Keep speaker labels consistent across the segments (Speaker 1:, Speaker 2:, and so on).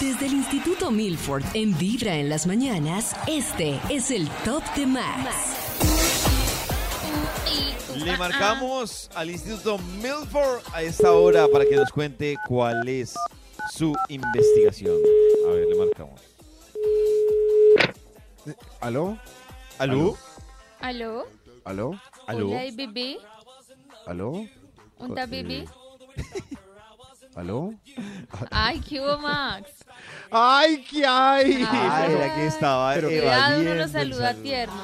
Speaker 1: Desde el Instituto Milford en Vibra en las mañanas, este es el Top de Max.
Speaker 2: Le marcamos al Instituto Milford a esta hora para que nos cuente cuál es su investigación. A ver, le marcamos.
Speaker 3: ¿Aló?
Speaker 2: ¿Aló?
Speaker 4: Aló,
Speaker 3: ¿Aló?
Speaker 2: ¿Aló?
Speaker 4: hola Bibi,
Speaker 3: ¿Aló?
Speaker 4: ¿unta Bibi?
Speaker 3: ¿Aló?
Speaker 4: Ay, ¿qué hubo Max?
Speaker 3: ¡Ay, qué hay!
Speaker 2: Ay, aquí estaba
Speaker 3: Pero-
Speaker 4: Cuidado, uno
Speaker 2: evadiendo
Speaker 4: lo
Speaker 2: el
Speaker 4: saluda
Speaker 2: saludo.
Speaker 4: tierno.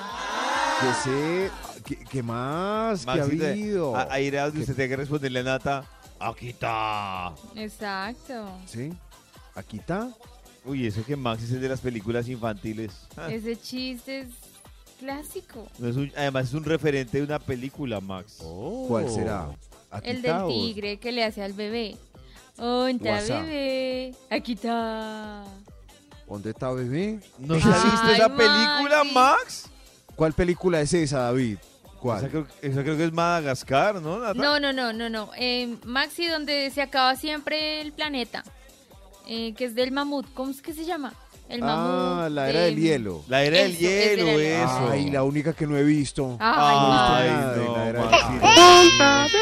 Speaker 3: ¿Qué sé? ¿Qué, qué más? ¿Qué ha
Speaker 2: Maxi, te-
Speaker 3: habido?
Speaker 2: a- ahí era donde usted tenga que responderle a Nata. Aquí está.
Speaker 4: Exacto.
Speaker 3: ¿Sí? ¿Aquí está?
Speaker 2: Uy, eso que Max es el de las películas infantiles. Ah,
Speaker 4: Ese chiste es clásico.
Speaker 2: no es un- además es un referente de una película, Max. Oh.
Speaker 3: ¿Cuál será? ¿Aquí
Speaker 4: El
Speaker 3: está
Speaker 4: del
Speaker 3: o-
Speaker 4: tigre que le hace al bebé. Unta
Speaker 3: WhatsApp.
Speaker 4: bebé, aquí está.
Speaker 3: ¿Dónde está bebé?
Speaker 2: ¿No se ha visto
Speaker 4: Ay,
Speaker 2: esa película,
Speaker 4: Maxi.
Speaker 2: Max?
Speaker 3: ¿Cuál película es esa, David?
Speaker 2: Esa
Speaker 3: ¿Cuál?
Speaker 2: creo, esa creo que es Madagascar, ¿no, Nata?
Speaker 4: No, no, no, no, no. Eh, Maxi, donde se acaba siempre el planeta, eh, que es del mamut. ¿Cómo es que se llama? El mamut. em,
Speaker 3: Ah, la era del
Speaker 4: de-
Speaker 3: hielo.
Speaker 2: La era del
Speaker 4: Eso, es
Speaker 2: hielo,
Speaker 4: de la-
Speaker 2: eso. Ah,
Speaker 3: Ay, la única que no he visto.
Speaker 4: Ay,
Speaker 2: Ay,
Speaker 4: Max.
Speaker 3: Ay,
Speaker 2: no,
Speaker 3: la era-
Speaker 2: Maxito.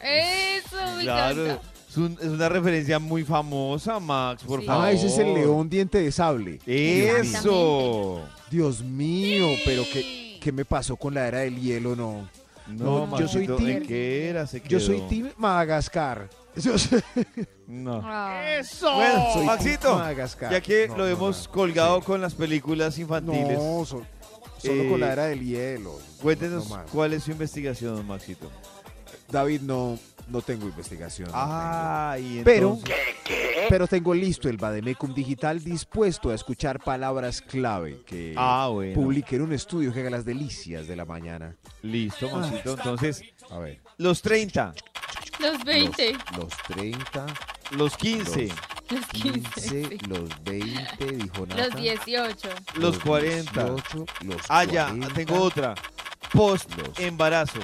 Speaker 4: Eso, me
Speaker 2: Claro,
Speaker 4: encanta.
Speaker 2: es, un- es una referencia muy famosa, Max, por
Speaker 4: Sí.
Speaker 2: favor.
Speaker 3: Ah, ese es el león diente de sable.
Speaker 2: Eso.
Speaker 3: Dios mío, pero ¿qué, qué me pasó con la era del hielo? No. No, yo soy
Speaker 2: Maxito,
Speaker 3: team-
Speaker 2: ¿en qué era? Se
Speaker 3: Yo
Speaker 2: quedó.
Speaker 3: soy Team Madagascar. Yo soy,
Speaker 4: Ah.
Speaker 2: No.
Speaker 4: Ay.
Speaker 2: Bueno,
Speaker 3: soy team
Speaker 2: Maxito,
Speaker 3: Madagascar.
Speaker 2: ya que
Speaker 3: No,
Speaker 2: lo
Speaker 3: no,
Speaker 2: hemos
Speaker 3: no.
Speaker 2: colgado con las películas infantiles,
Speaker 3: No, so- solo
Speaker 2: Eh,
Speaker 3: con la era del hielo.
Speaker 2: cuéntenos
Speaker 3: No más.
Speaker 2: cuál es su investigación, Maxito.
Speaker 3: David, no, no tengo investigación. no
Speaker 2: Ay,
Speaker 3: Pero-
Speaker 2: Ah, entonces-
Speaker 3: tengo. Pero tengo listo el Bademecum Digital dispuesto a escuchar palabras clave que
Speaker 2: Ah, bueno.
Speaker 3: publiqué en un estudio que haga las delicias de la mañana.
Speaker 2: Listo, Maxito. Entonces,
Speaker 3: A ver,
Speaker 2: los 30,
Speaker 4: Los
Speaker 3: los,
Speaker 4: 20.
Speaker 3: los 30,
Speaker 2: los 15,
Speaker 4: Los 15.
Speaker 3: 15, los 20, dijo Nata.
Speaker 4: Los 18.
Speaker 2: los, 40.
Speaker 3: 18, los
Speaker 2: ah, ya,
Speaker 3: 40,
Speaker 2: tengo otra. Post
Speaker 3: Los-
Speaker 2: embarazo.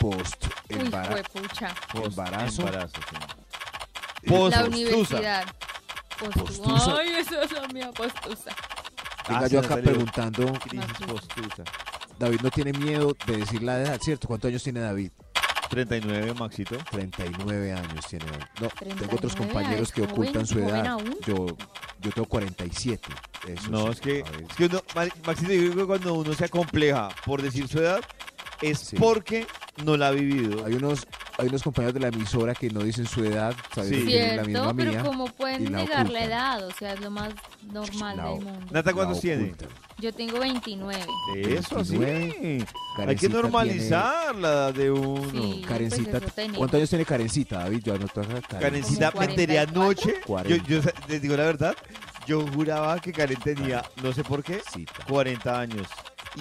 Speaker 3: Post
Speaker 4: Uy,
Speaker 3: embarazo.
Speaker 4: fue pucha.
Speaker 2: Post
Speaker 3: Embarazo.
Speaker 2: embarazo sí. Post-
Speaker 4: La
Speaker 2: Postusa.
Speaker 4: universidad. Postu-
Speaker 3: Postusa.
Speaker 4: Ay, esa es la mía postusa.
Speaker 3: Venga,
Speaker 2: Ah, se
Speaker 3: yo
Speaker 2: nos
Speaker 3: acá
Speaker 2: salió.
Speaker 3: preguntando,
Speaker 2: Crisis postusa.
Speaker 3: David no tiene miedo de decir la edad, ¿cierto? ¿Cuántos años tiene David?
Speaker 2: 39, Maxito.
Speaker 3: 39 años tiene David. No,
Speaker 4: 39,
Speaker 3: tengo otros compañeros
Speaker 4: es
Speaker 3: que
Speaker 4: joven,
Speaker 3: ocultan su
Speaker 4: joven
Speaker 3: edad.
Speaker 4: aún.
Speaker 3: Yo, yo tengo 47. Eso
Speaker 2: No,
Speaker 3: sí,
Speaker 2: es que,
Speaker 3: David.
Speaker 2: es que uno, Ma- Maxito, yo creo que cuando uno se acompleja por decir su edad, es
Speaker 3: Sí.
Speaker 2: porque no la ha vivido.
Speaker 3: Hay unos, hay unos compañeros de la emisora que no dicen su edad, ¿sabes?
Speaker 2: Sí.
Speaker 3: Tienen la
Speaker 4: Cierto,
Speaker 3: misma
Speaker 4: pero
Speaker 3: mía.
Speaker 4: como
Speaker 3: y
Speaker 4: pueden
Speaker 3: la
Speaker 4: negar la
Speaker 3: ocultan.
Speaker 4: edad, o sea, es lo más normal
Speaker 3: La o-
Speaker 4: del mundo.
Speaker 2: Nata,
Speaker 3: la
Speaker 2: ¿cuántos tiene?
Speaker 3: ocultan.
Speaker 4: Yo tengo 29.
Speaker 2: Eso, sí.
Speaker 3: 29.
Speaker 2: Hay que
Speaker 3: Karencita
Speaker 2: normalizar la edad de
Speaker 4: Sí.
Speaker 2: uno.
Speaker 3: tiene-
Speaker 4: Pues
Speaker 3: Karencita,
Speaker 4: eso tenía.
Speaker 3: ¿cuántos años tiene Karencita, David? Yo anoto acá.
Speaker 2: Karencita,
Speaker 4: Como
Speaker 2: me enteré
Speaker 4: 44.
Speaker 2: anoche. Yo, yo
Speaker 3: 40.
Speaker 2: les digo la verdad, yo juraba que Karen tenía, no sé por qué,
Speaker 3: Karencita.
Speaker 2: 40 años.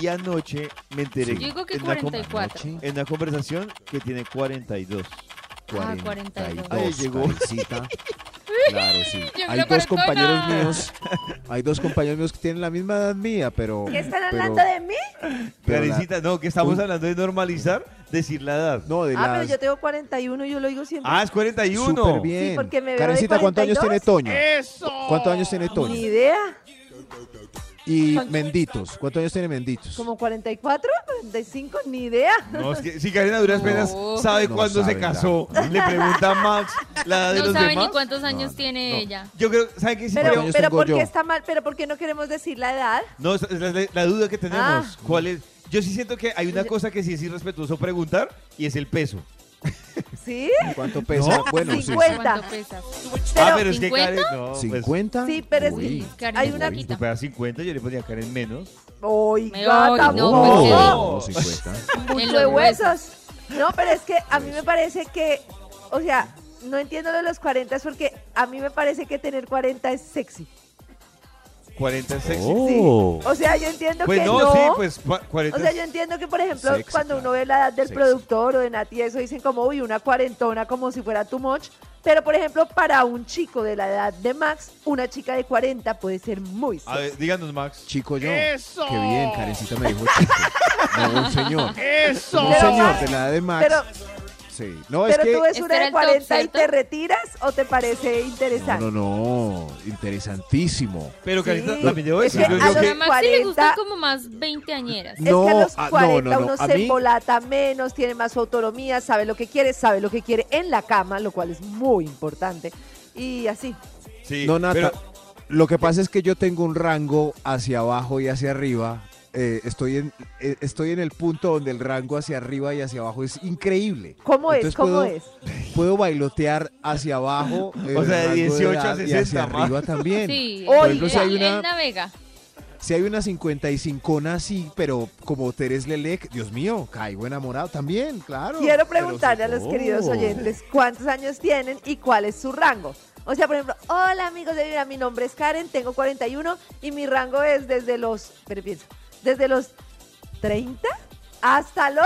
Speaker 2: Y anoche me enteré
Speaker 3: Sí.
Speaker 4: Yo digo que
Speaker 2: en, una com-
Speaker 4: 44.
Speaker 2: en una conversación que tiene 42.
Speaker 4: Ah,
Speaker 3: 42.
Speaker 2: Ahí llegó.
Speaker 3: Karencita. Claro, sí.
Speaker 4: Llegó
Speaker 3: Hay
Speaker 4: la
Speaker 3: dos
Speaker 4: cuarentona.
Speaker 3: compañeros míos. Hay dos compañeros míos que tienen la misma edad mía, pero.
Speaker 5: ¿Qué están
Speaker 3: pero-
Speaker 5: hablando de mí?
Speaker 3: pero la-
Speaker 2: Karencita, no, que estamos
Speaker 3: Uy.
Speaker 2: hablando de normalizar, decir la edad.
Speaker 3: No, de
Speaker 5: Ah, pero
Speaker 3: las.
Speaker 5: yo tengo 41 y yo lo digo siempre.
Speaker 2: Ah, es 41.
Speaker 3: Súper bien.
Speaker 5: Sí, porque me veo de
Speaker 3: Karencita, ¿cuántos años
Speaker 5: 42?
Speaker 3: tiene Toño? ¡Eso! ¿Cuántos años tiene
Speaker 5: Ni
Speaker 3: Toño?
Speaker 5: idea.
Speaker 3: Y Menditos. ¿Cuántos años tiene Menditos?
Speaker 5: Como 44, 45, ni idea.
Speaker 2: No, es que si Karen a duras penas
Speaker 4: No.
Speaker 2: sabe
Speaker 3: No
Speaker 2: cuándo se
Speaker 3: sabe,
Speaker 2: casó, le pregunta a Max la edad de
Speaker 4: No
Speaker 2: los
Speaker 4: saben
Speaker 2: demás.
Speaker 4: ni cuántos años
Speaker 3: no,
Speaker 4: tiene
Speaker 3: no.
Speaker 4: ella.
Speaker 2: Yo creo, ¿sabe qué? Sí,
Speaker 5: Pero,
Speaker 2: creo-
Speaker 3: años
Speaker 5: pero
Speaker 3: tengo
Speaker 5: ¿por qué
Speaker 3: yo?
Speaker 5: está mal? ¿Pero por qué no queremos decir la edad?
Speaker 2: No, esa es la, la duda que tenemos.
Speaker 5: Ah.
Speaker 2: ¿Cuál es? Yo sí siento que hay una cosa que sí es irrespetuoso preguntar y es el peso.
Speaker 5: ¿Sí?
Speaker 3: ¿Cuánto pesa?
Speaker 2: No.
Speaker 3: Bueno, sí, sí.
Speaker 5: 50.
Speaker 4: ¿Cuánto pesas?
Speaker 2: ah,
Speaker 5: Pero-
Speaker 2: pero es que
Speaker 4: 50?
Speaker 2: Karen. No, pues,
Speaker 3: 50.
Speaker 5: Sí, pero es que
Speaker 3: Uy,
Speaker 4: Karen
Speaker 5: hay
Speaker 4: es
Speaker 5: una-
Speaker 2: si
Speaker 4: flaquita.
Speaker 2: tú pegas 50, yo le ponía a Karen menos.
Speaker 5: Oiga,
Speaker 4: Ay, no,
Speaker 5: tampoco.
Speaker 3: No,
Speaker 2: pues,
Speaker 3: 50.
Speaker 4: En
Speaker 5: Mucho
Speaker 4: los
Speaker 5: de huesos. No, pero es que a mí me parece que, o sea, no entiendo lo de los 40 es porque a mí me parece que tener 40 es sexy.
Speaker 2: 40 es sexy.
Speaker 6: Oh.
Speaker 5: O sea, yo entiendo
Speaker 2: Pues
Speaker 5: que
Speaker 2: no,
Speaker 5: no.
Speaker 2: sí, pues cua- 40
Speaker 5: O sea, yo entiendo que, por ejemplo,
Speaker 2: Sexy,
Speaker 5: cuando
Speaker 2: claro,
Speaker 5: uno ve la edad del
Speaker 2: sexy.
Speaker 5: productor o de Nati, eso dicen como, uy, una cuarentona, como si fuera too much. Pero, por ejemplo, para un chico de la edad de Max, una chica de 40 puede ser muy
Speaker 2: A
Speaker 5: sexy.
Speaker 2: ver, díganos, Max.
Speaker 3: Chico yo.
Speaker 7: ¡Eso!
Speaker 3: Qué bien, Karencita me dijo chico. No, un señor.
Speaker 7: ¡Eso!
Speaker 3: Un
Speaker 5: Pero
Speaker 3: señor
Speaker 5: Max,
Speaker 3: de la edad de Max.
Speaker 5: pero-
Speaker 3: sí. No, es
Speaker 5: Pero
Speaker 3: que...
Speaker 5: tú ves una
Speaker 4: Este era
Speaker 5: de
Speaker 4: el top,
Speaker 5: 40 y te
Speaker 4: ¿cierto?
Speaker 5: retiras o te parece interesante.
Speaker 3: No, no, no. Interesantísimo.
Speaker 2: Pero
Speaker 5: Sí.
Speaker 2: Carita, también debo
Speaker 5: Es
Speaker 2: decir,
Speaker 5: que
Speaker 2: yo
Speaker 4: A
Speaker 2: digo
Speaker 5: los
Speaker 4: Dona
Speaker 2: que
Speaker 4: Maxi le
Speaker 5: 40.
Speaker 4: gustan como más veinteañeras.
Speaker 5: Es que a los
Speaker 3: ah,
Speaker 5: 40 uno
Speaker 3: A
Speaker 5: se
Speaker 3: mí,
Speaker 5: embolata menos, tiene más su autonomía, sabe lo que quiere, sabe lo que quiere en la cama, lo cual es muy importante. Y así.
Speaker 2: sí,
Speaker 3: no, Nata.
Speaker 2: pero
Speaker 3: Lo que pasa es que yo tengo un rango hacia abajo y hacia arriba. Eh, estoy, en, eh, estoy en el punto donde el rango hacia arriba y hacia abajo es increíble.
Speaker 5: ¿Cómo es?
Speaker 3: Entonces
Speaker 5: ¿Cómo
Speaker 3: puedo-
Speaker 5: es?
Speaker 3: Puedo bailotear hacia abajo. el
Speaker 2: O sea, de
Speaker 3: rango
Speaker 2: 18 a
Speaker 3: edad, y
Speaker 2: 60
Speaker 3: hacia
Speaker 2: más.
Speaker 3: arriba también.
Speaker 4: Sí,
Speaker 5: Por
Speaker 4: él-
Speaker 5: ejemplo,
Speaker 3: si hay
Speaker 4: él-
Speaker 3: una-
Speaker 4: él navega.
Speaker 3: Si hay una 55 sí, pero como Teres Lelec, Dios mío, caigo enamorado también, claro.
Speaker 5: Quiero
Speaker 3: Pero
Speaker 5: preguntarle a los
Speaker 6: supongo.
Speaker 5: queridos oyentes cuántos años tienen y cuál es su rango. O sea, por ejemplo, hola amigos de Vibra, mi nombre es Karen, tengo 41 y mi rango es desde los, pero piensa, desde los 30 hasta los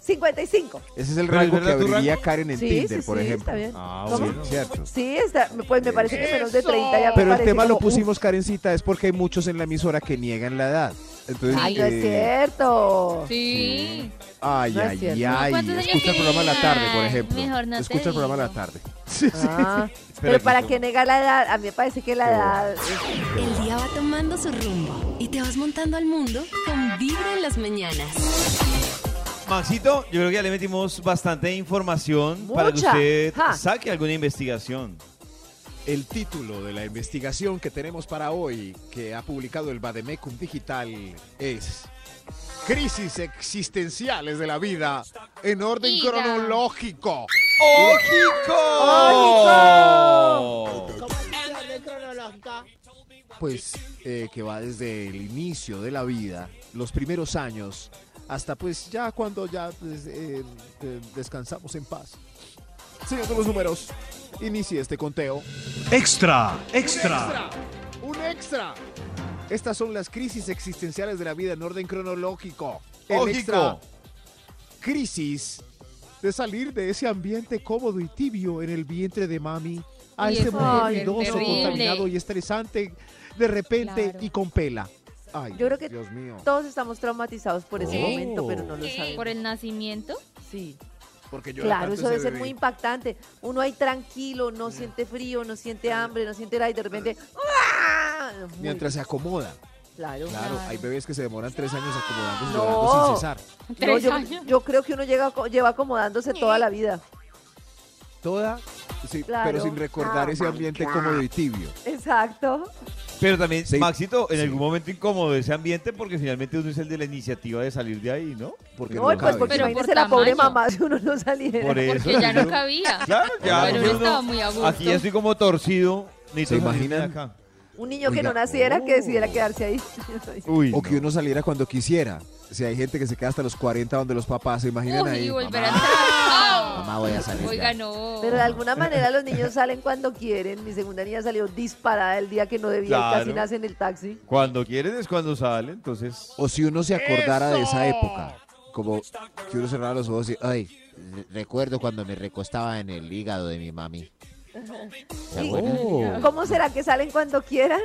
Speaker 5: 55.
Speaker 3: Ese es el
Speaker 2: Pero es
Speaker 3: rango que
Speaker 2: verdad tu
Speaker 3: abriría Karen en
Speaker 5: Sí,
Speaker 3: Tinder,
Speaker 5: sí,
Speaker 3: por
Speaker 5: sí,
Speaker 3: ejemplo.
Speaker 5: está bien.
Speaker 3: Ah,
Speaker 5: ¿Cómo?
Speaker 3: bueno, cierto.
Speaker 5: Sí, está, pues me parece que menos de 30 ya me
Speaker 3: Pero el
Speaker 5: parece
Speaker 3: tema lo
Speaker 5: como,
Speaker 3: pusimos, Karencita, es porque hay muchos en la emisora que niegan la edad. Entonces,
Speaker 5: Ay, no es
Speaker 3: eh,
Speaker 5: cierto.
Speaker 4: Sí.
Speaker 3: Ay,
Speaker 5: No es
Speaker 3: ay,
Speaker 5: cierto.
Speaker 3: ay.
Speaker 4: ¿Cuántos años
Speaker 3: Escucha el programa a la tarde, por
Speaker 4: tenías?
Speaker 3: ejemplo.
Speaker 4: Mejor no te
Speaker 3: Escucha el programa a la
Speaker 4: digo.
Speaker 3: tarde.
Speaker 5: Ah,
Speaker 2: Espera
Speaker 5: pero
Speaker 2: que
Speaker 5: para
Speaker 2: yo-
Speaker 5: qué negar la edad, a mí me parece que la
Speaker 3: Oh.
Speaker 5: edad... eh,
Speaker 1: El día va tomando su rumbo y te vas montando al mundo con Vibra en las mañanas.
Speaker 2: Maxito, yo creo que ya le metimos bastante información para que
Speaker 5: Mucha.
Speaker 2: usted
Speaker 5: Ja.
Speaker 2: saque alguna investigación.
Speaker 3: El título de la investigación que tenemos para hoy, que ha publicado el Bademecum Digital, es Crisis existenciales de la vida en orden
Speaker 4: Vida.
Speaker 3: cronológico.
Speaker 2: ¡Ojico!
Speaker 3: Pues eh, que va desde el inicio de la vida, los primeros años, hasta pues ya cuando ya pues, eh, eh, descansamos en paz. Siguiendo los números, inicie este conteo.
Speaker 7: Extra, extra.
Speaker 3: ¡Un extra! Estas son las crisis existenciales de la vida en orden cronológico. El
Speaker 2: Lógico.
Speaker 3: extra crisis de salir de ese ambiente cómodo y tibio en el vientre de mami a
Speaker 4: Y
Speaker 3: este
Speaker 4: eso
Speaker 3: mundo
Speaker 5: debe ser
Speaker 3: ruidoso,
Speaker 4: terrible.
Speaker 3: contaminado y estresante de repente
Speaker 4: Claro.
Speaker 3: y con pela. Ay,
Speaker 5: Yo creo que
Speaker 3: Dios mío.
Speaker 5: Todos estamos traumatizados por ese
Speaker 3: Oh.
Speaker 4: Sí.
Speaker 5: momento, pero no lo sabemos.
Speaker 4: Por el nacimiento.
Speaker 5: Sí,
Speaker 3: Porque yo
Speaker 5: claro, eso debe ser muy impactante. Uno ahí tranquilo,
Speaker 3: Mm.
Speaker 5: no siente frío, no siente hambre, no siente nada y de repente... ¡ah! Muy-
Speaker 3: Mientras se acomoda.
Speaker 5: Claro.
Speaker 3: Claro, hay bebés que se demoran tres años acomodándose
Speaker 5: No.
Speaker 3: llorando sin cesar.
Speaker 5: No,
Speaker 4: Tres
Speaker 5: yo,
Speaker 4: años.
Speaker 5: yo creo que uno llega, aco- lleva acomodándose toda la vida.
Speaker 3: Toda, sí,
Speaker 5: Claro. Ah,
Speaker 3: pero sin recordar ese ambiente cómodo y tibio.
Speaker 5: Exacto.
Speaker 2: Pero también,
Speaker 3: Sí.
Speaker 2: Maxito, en
Speaker 3: Sí.
Speaker 2: algún momento incómodo ese ambiente, porque finalmente uno es el de la iniciativa de salir de ahí, ¿no? Porque
Speaker 3: No,
Speaker 5: No, pues
Speaker 3: cabe.
Speaker 5: porque
Speaker 4: Pero por
Speaker 5: imagínese la pobre
Speaker 4: tamaño.
Speaker 5: mamá si uno no saliera.
Speaker 3: e-
Speaker 2: Por eso.
Speaker 4: Porque ya no cabía.
Speaker 2: Claro, ya.
Speaker 4: Pero
Speaker 2: yo
Speaker 4: yo estaba
Speaker 2: no-
Speaker 4: muy a gusto.
Speaker 2: Aquí ya estoy como torcido. Ni
Speaker 3: ¿Se imaginan?
Speaker 2: Acá.
Speaker 5: Un niño que
Speaker 3: Oiga,
Speaker 5: no naciera, que
Speaker 3: oh.
Speaker 5: decidiera quedarse ahí.
Speaker 2: Uy,
Speaker 3: O que
Speaker 2: no.
Speaker 3: uno saliera cuando quisiera. Si hay gente que se queda hasta los 40 donde los papás se imaginan
Speaker 4: Uy,
Speaker 3: ahí.
Speaker 4: y volver
Speaker 3: "Mamá,
Speaker 4: a entrar.
Speaker 3: mamá, voy a salir.
Speaker 4: Oiga,
Speaker 3: ya".
Speaker 4: no.
Speaker 5: Pero de alguna manera los niños salen cuando quieren. Mi segunda niña salió disparada el día que no debía y casi
Speaker 2: Claro.
Speaker 5: nace en el taxi.
Speaker 2: Cuando quieren es cuando salen, entonces...
Speaker 3: O si uno se acordara de esa época. Como que uno cerrara los ojos y, ay, re- recuerdo cuando me recostaba en el hígado de mi mami. ¿Se
Speaker 5: Sí.
Speaker 3: acuerdan?
Speaker 2: Oh.
Speaker 5: ¿Cómo será que salen cuando quieran?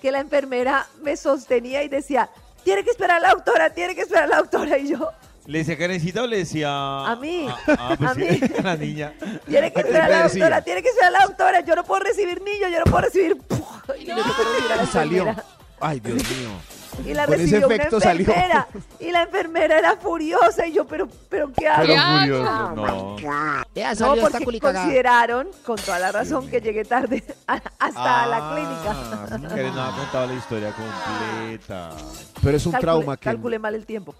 Speaker 5: Que la enfermera me sostenía y decía, tiene que esperar a la doctora, tiene que esperar a la doctora. Y yo,
Speaker 2: ¿Le decía Karencita o le decía...?
Speaker 5: A mí.
Speaker 2: Ah, ah, pues
Speaker 5: A
Speaker 2: sí,
Speaker 5: mí.
Speaker 2: a la niña.
Speaker 5: tiene que
Speaker 3: ¿A qué
Speaker 5: esperar a la
Speaker 3: me decía?
Speaker 5: doctora, tiene que esperar a la doctora. Yo no puedo recibir niños, yo no puedo recibir... Y le tocó recibir a la
Speaker 3: Y salió.
Speaker 5: enfermera.
Speaker 3: Ay, Dios mío.
Speaker 5: Y la
Speaker 3: Con ese
Speaker 5: recibió una
Speaker 3: efecto salió.
Speaker 5: enfermera. Y la enfermera era furiosa. Y yo, pero, pero ¿qué hago?
Speaker 2: Pero
Speaker 4: hago?
Speaker 2: furioso, no.
Speaker 6: Ya
Speaker 5: No,
Speaker 6: salió esta
Speaker 5: porque
Speaker 6: culicagada.
Speaker 5: consideraron, con toda la razón, que llegué tarde a- hasta la clínica.
Speaker 2: Ah, sí, Karen no ha contado la historia completa.
Speaker 3: Pero es un
Speaker 5: Calculé-
Speaker 3: trauma que
Speaker 5: Calculé mal el tiempo.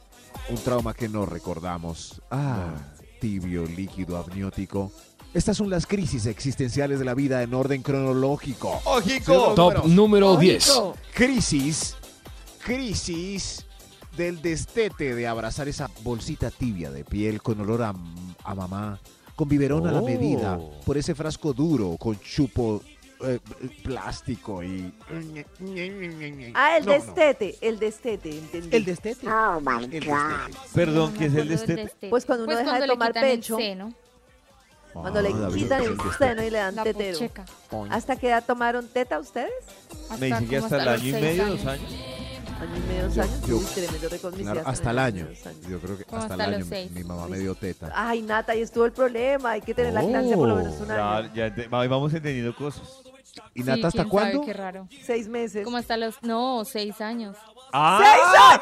Speaker 3: un trauma que no recordamos. Ah, tibio líquido amniótico. Estas son las crisis existenciales de la vida en orden cronológico.
Speaker 2: ¡Ojico!
Speaker 3: Top
Speaker 7: número
Speaker 5: Lógico.
Speaker 3: crisis, crisis del destete de abrazar esa bolsita tibia de piel con olor a, a mamá, con biberón a la medida, por ese frasco duro, con chupo eh, plástico y...
Speaker 5: Ah, el
Speaker 3: No, no.
Speaker 5: destete, el destete, Ah, entendí.
Speaker 3: El destete.
Speaker 6: Oh my
Speaker 3: El
Speaker 6: god.
Speaker 5: este.
Speaker 3: destete.
Speaker 2: Perdón, ¿qué es
Speaker 4: Acuerdo
Speaker 2: el este
Speaker 4: del
Speaker 2: destete?
Speaker 4: destete.
Speaker 5: Pues cuando uno deja de
Speaker 4: le
Speaker 5: tomar
Speaker 4: quitan el
Speaker 5: pecho.
Speaker 4: seno,
Speaker 5: Cuando le
Speaker 3: Ah, David,
Speaker 5: quitan el
Speaker 3: destete.
Speaker 5: seno y le dan
Speaker 4: la
Speaker 5: tetero.
Speaker 4: pocheca.
Speaker 5: ¿Hasta qué edad tomaron teta ustedes?
Speaker 2: Me dice que
Speaker 4: como
Speaker 2: hasta el
Speaker 4: los
Speaker 2: año y
Speaker 4: seis
Speaker 2: medio,
Speaker 4: años.
Speaker 2: dos años.
Speaker 5: Año y medio, dos
Speaker 3: Yo-
Speaker 5: años.
Speaker 3: yo-
Speaker 5: Uy, tremendo récord, mis
Speaker 3: Claro,
Speaker 5: ideas
Speaker 3: hasta el
Speaker 5: tremendas,
Speaker 3: año.
Speaker 5: dos años.
Speaker 3: Yo creo que
Speaker 4: Como
Speaker 3: hasta el
Speaker 4: hasta los
Speaker 3: año
Speaker 4: seis.
Speaker 3: mi- mi mamá me dio teta.
Speaker 5: Ay, Nata, ahí estuvo el problema. Hay que tener lactancia por lo menos un año.
Speaker 2: Claro, ya ente- ahí vamos entendiendo cosas.
Speaker 3: ¿Y
Speaker 4: Ah, Sí,
Speaker 3: Nata hasta
Speaker 4: quién sabe,
Speaker 3: cuándo?
Speaker 4: qué raro.
Speaker 5: Seis meses.
Speaker 4: Como hasta los. No, seis años.
Speaker 2: ¡Ah!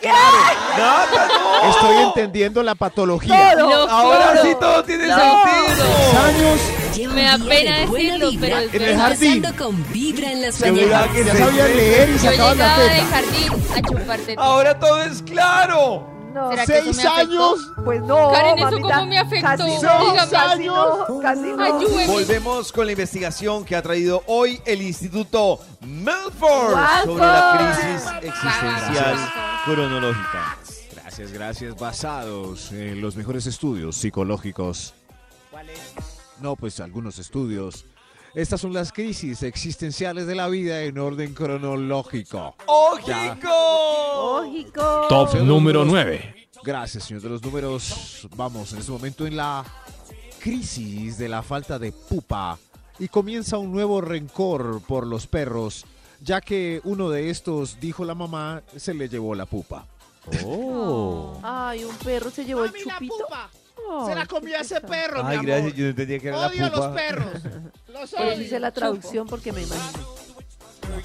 Speaker 2: ¿Qué? ¡Nata, no!
Speaker 3: Estoy entendiendo la patología.
Speaker 5: ¡Todo!
Speaker 4: No,
Speaker 2: Ahora
Speaker 4: claro.
Speaker 2: sí todo tiene
Speaker 4: No.
Speaker 2: sentido.
Speaker 3: Seis años
Speaker 1: Lleva
Speaker 4: Me
Speaker 1: un
Speaker 4: da
Speaker 1: día
Speaker 4: pena
Speaker 1: de buena
Speaker 4: decirlo,
Speaker 1: vibra,
Speaker 4: pero es
Speaker 3: En el
Speaker 4: verdad.
Speaker 3: jardín.
Speaker 1: comenzando con vibra en las
Speaker 3: que
Speaker 1: mañanas.
Speaker 3: ya sabían leer y
Speaker 4: Yo
Speaker 3: sacaban la
Speaker 4: llegaba del
Speaker 3: teta.
Speaker 4: jardín a chupar tetero.
Speaker 2: Ahora todo es claro.
Speaker 5: No.
Speaker 4: ¿Será que eso
Speaker 3: Seis
Speaker 4: me afectó?
Speaker 3: años.
Speaker 5: Pues no,
Speaker 4: Karen, ¿eso
Speaker 5: mamita.
Speaker 4: cómo me afectó?
Speaker 5: Casi no,
Speaker 4: Dígame.
Speaker 5: casi no, casi no.
Speaker 4: Ayúdeme.
Speaker 2: Volvemos con la investigación que ha traído hoy el Instituto Milford sobre la
Speaker 5: Milford.
Speaker 2: crisis existencial cronológica.
Speaker 3: Gracias, gracias. Basados en los mejores estudios psicológicos. No, pues algunos estudios. Estas son las crisis existenciales de la vida en orden cronológico.
Speaker 2: ¡Ojico!
Speaker 5: Lógico.
Speaker 8: Top
Speaker 3: Señor de los
Speaker 8: número
Speaker 3: números.
Speaker 8: 9.
Speaker 3: Gracias, señor de los números. Vamos en este momento en la crisis de la falta de pupa y comienza un nuevo rencor por los perros, ya que uno de estos, dijo la mamá, se le llevó la pupa.
Speaker 4: Oh.
Speaker 5: Ay, un perro se llevó el chupito. Ay,
Speaker 9: Se la comió
Speaker 5: qué
Speaker 9: ese
Speaker 5: pesar.
Speaker 9: perro,
Speaker 2: Ay,
Speaker 9: mi amor.
Speaker 2: gracias, yo no entendía que era la
Speaker 9: Odio a los
Speaker 2: pupa.
Speaker 9: perros. Los
Speaker 5: Por eso
Speaker 9: odio.
Speaker 5: hice la traducción porque me imagino.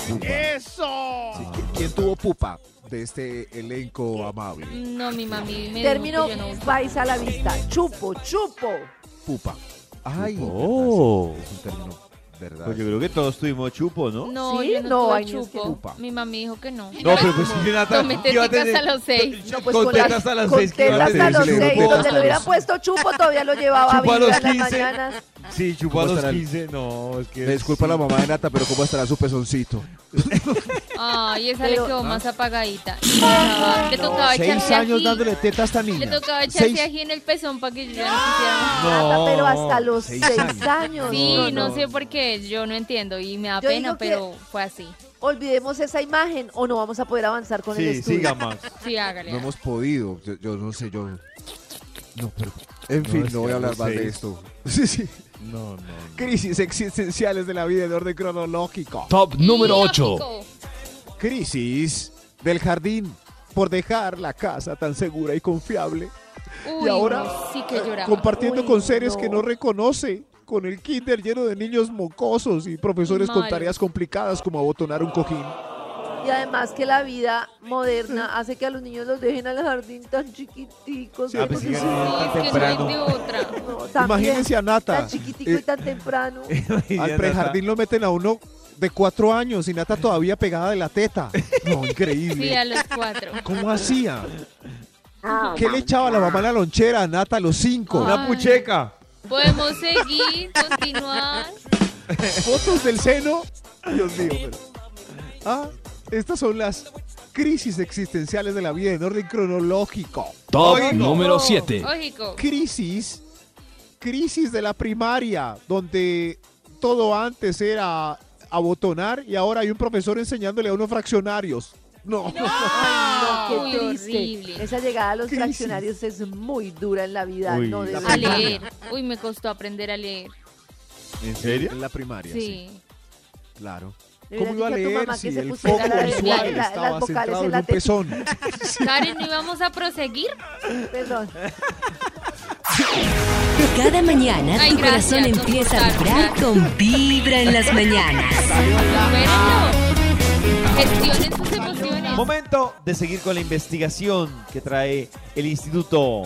Speaker 9: Eso.
Speaker 3: Sí, ¿qui- ¿Quién tuvo pupa de este elenco amable?
Speaker 4: No, mi mami me
Speaker 5: Término
Speaker 4: dijo que yo no uso.
Speaker 5: vais a la vista. Chupo, chupo.
Speaker 3: Pupa. Ay,
Speaker 8: Oh.
Speaker 3: verdad, sí, es un término, ¿verdad?
Speaker 2: Pues yo creo que todos tuvimos chupo, ¿no?
Speaker 4: No,
Speaker 5: Sí,
Speaker 4: yo no,
Speaker 5: no,
Speaker 4: tuve
Speaker 5: hay niños que
Speaker 4: chupo.
Speaker 3: chupan.
Speaker 4: Mi mami dijo que no.
Speaker 2: No, pero pues sí, Nata,
Speaker 4: Tomé
Speaker 2: ¿qué iba a
Speaker 4: teticas
Speaker 2: tener?
Speaker 4: a los seis.
Speaker 5: No, pues
Speaker 2: con
Speaker 5: con las-
Speaker 2: tetas a las
Speaker 5: con
Speaker 2: seis que iba a
Speaker 5: tetas
Speaker 3: tener,
Speaker 5: a los
Speaker 3: si le digo
Speaker 5: seis.
Speaker 3: tetas
Speaker 5: Donde
Speaker 3: a
Speaker 5: le hubiera
Speaker 3: los-
Speaker 5: puesto chupo, todavía lo llevaba
Speaker 2: Chupa a
Speaker 5: vivo
Speaker 2: los
Speaker 5: en las
Speaker 2: 15.
Speaker 5: mañanas.
Speaker 2: Sí, chupo a
Speaker 3: ¿Cómo
Speaker 2: los
Speaker 3: estará el-
Speaker 2: 15, no, es que...
Speaker 3: Me disculpa la mamá de Nata, pero ¿cómo estará su pezoncito?
Speaker 4: Ay, esa
Speaker 5: Pero-
Speaker 4: le
Speaker 2: Ah.
Speaker 4: quedó más apagadita. Le tocaba- Le tocaba
Speaker 3: Seis
Speaker 4: echarse
Speaker 3: años
Speaker 4: ají.
Speaker 3: dándole teta a esta niña.
Speaker 4: Le tocaba echarse
Speaker 3: Seis-
Speaker 4: ají en el pezón para que yo ya no quisiera más.
Speaker 5: Nata, pero hasta los
Speaker 3: seis
Speaker 5: seis,
Speaker 3: años.
Speaker 5: años.
Speaker 4: Sí,
Speaker 5: No,
Speaker 4: no,
Speaker 5: no.
Speaker 4: sé por qué, yo no entiendo y me da
Speaker 5: Yo
Speaker 4: pena,
Speaker 5: digo que-
Speaker 4: pero fue así.
Speaker 5: Olvidemos esa imagen o no vamos a poder avanzar con el
Speaker 2: Sí,
Speaker 5: estudio.
Speaker 2: siga, Max.
Speaker 4: Sí, hágale.
Speaker 3: No hemos podido, yo, yo no sé, yo... No, pero... En fin,
Speaker 2: es
Speaker 3: no voy a
Speaker 2: que
Speaker 3: hablar
Speaker 2: no
Speaker 3: más
Speaker 2: sé.
Speaker 3: de esto. Sí, sí.
Speaker 2: No, no, no.
Speaker 3: Crisis existenciales de la vida en orden cronológico.
Speaker 8: Top número 8.
Speaker 4: Lógico.
Speaker 3: Crisis del jardín por dejar la casa tan segura y confiable.
Speaker 4: Uy,
Speaker 3: y ahora
Speaker 4: no, sí que
Speaker 3: eh,
Speaker 4: lloraba.
Speaker 3: compartiendo
Speaker 5: Uy,
Speaker 3: con seres que
Speaker 5: no.
Speaker 3: no reconoce. Con el kinder lleno de niños mocosos y profesores con
Speaker 4: Malos.
Speaker 3: tareas complicadas como abotonar un cojín.
Speaker 5: Y además que la vida moderna hace que a los niños los dejen al jardín tan chiquiticos.
Speaker 2: Ah, pues sí,
Speaker 5: porque si
Speaker 4: Sí,
Speaker 5: no,
Speaker 2: Tan
Speaker 4: es que no hay
Speaker 2: temprano.
Speaker 4: de otra.
Speaker 5: no, también,
Speaker 3: Imagínense a Nata.
Speaker 5: Tan chiquitico
Speaker 3: eh,
Speaker 5: y tan temprano.
Speaker 3: Al prejardín lo meten a uno de cuatro años y Nata todavía pegada de la teta. No,
Speaker 4: Sí,
Speaker 3: increíble.
Speaker 4: a los cuatro.
Speaker 3: ¿Cómo hacía?
Speaker 6: Oh
Speaker 3: ¿Qué
Speaker 6: my
Speaker 3: le echaba la mamá a la lonchera a Nata a los cinco?
Speaker 4: Ah.
Speaker 2: Una pucheca.
Speaker 4: Podemos seguir, continuar.
Speaker 3: ¿Fotos del seno? Dios mío, pero- Ah, estas son las crisis existenciales de la vida en orden cronológico.
Speaker 8: Top
Speaker 2: Oigo.
Speaker 3: Oh.
Speaker 8: número 7.
Speaker 4: Lógico.
Speaker 3: Crisis, crisis de la primaria, donde todo antes era abotonar y ahora hay un profesor enseñándole a unos fraccionarios. No.
Speaker 5: Ay, no,
Speaker 4: Uy,
Speaker 5: qué triste.
Speaker 4: horrible.
Speaker 5: Esa llegada a los
Speaker 3: Crisis.
Speaker 5: fraccionarios es muy dura en la vida.
Speaker 2: Uy,
Speaker 5: no
Speaker 2: la
Speaker 5: debe
Speaker 4: A
Speaker 5: ser.
Speaker 4: leer. Uy, me costó aprender a leer.
Speaker 2: ¿En serio?
Speaker 3: En la primaria, sí,
Speaker 4: Sí.
Speaker 3: claro.
Speaker 5: Le
Speaker 3: ¿Cómo iba a
Speaker 5: hubieran dicho a tu
Speaker 3: leer
Speaker 5: mamá
Speaker 3: si
Speaker 5: que se
Speaker 3: el
Speaker 5: pusiera
Speaker 3: foco
Speaker 4: la-
Speaker 3: visual
Speaker 4: la-
Speaker 5: la-
Speaker 3: estaba
Speaker 5: las vocales
Speaker 3: centrado
Speaker 5: en
Speaker 3: en
Speaker 5: la
Speaker 3: un
Speaker 5: teta?
Speaker 3: pezón?
Speaker 4: Karen, ¿no íbamos a proseguir?
Speaker 5: Perdón.
Speaker 1: Cada mañana
Speaker 4: Ay,
Speaker 1: tu
Speaker 4: gracias,
Speaker 1: corazón
Speaker 4: nos
Speaker 1: empieza a
Speaker 4: gustaron,
Speaker 1: vibrar
Speaker 4: gracias.
Speaker 1: con vibra en las mañanas.
Speaker 4: Espérenlo. Gestionen sus emociones.
Speaker 2: Momento de seguir con la investigación que trae el Instituto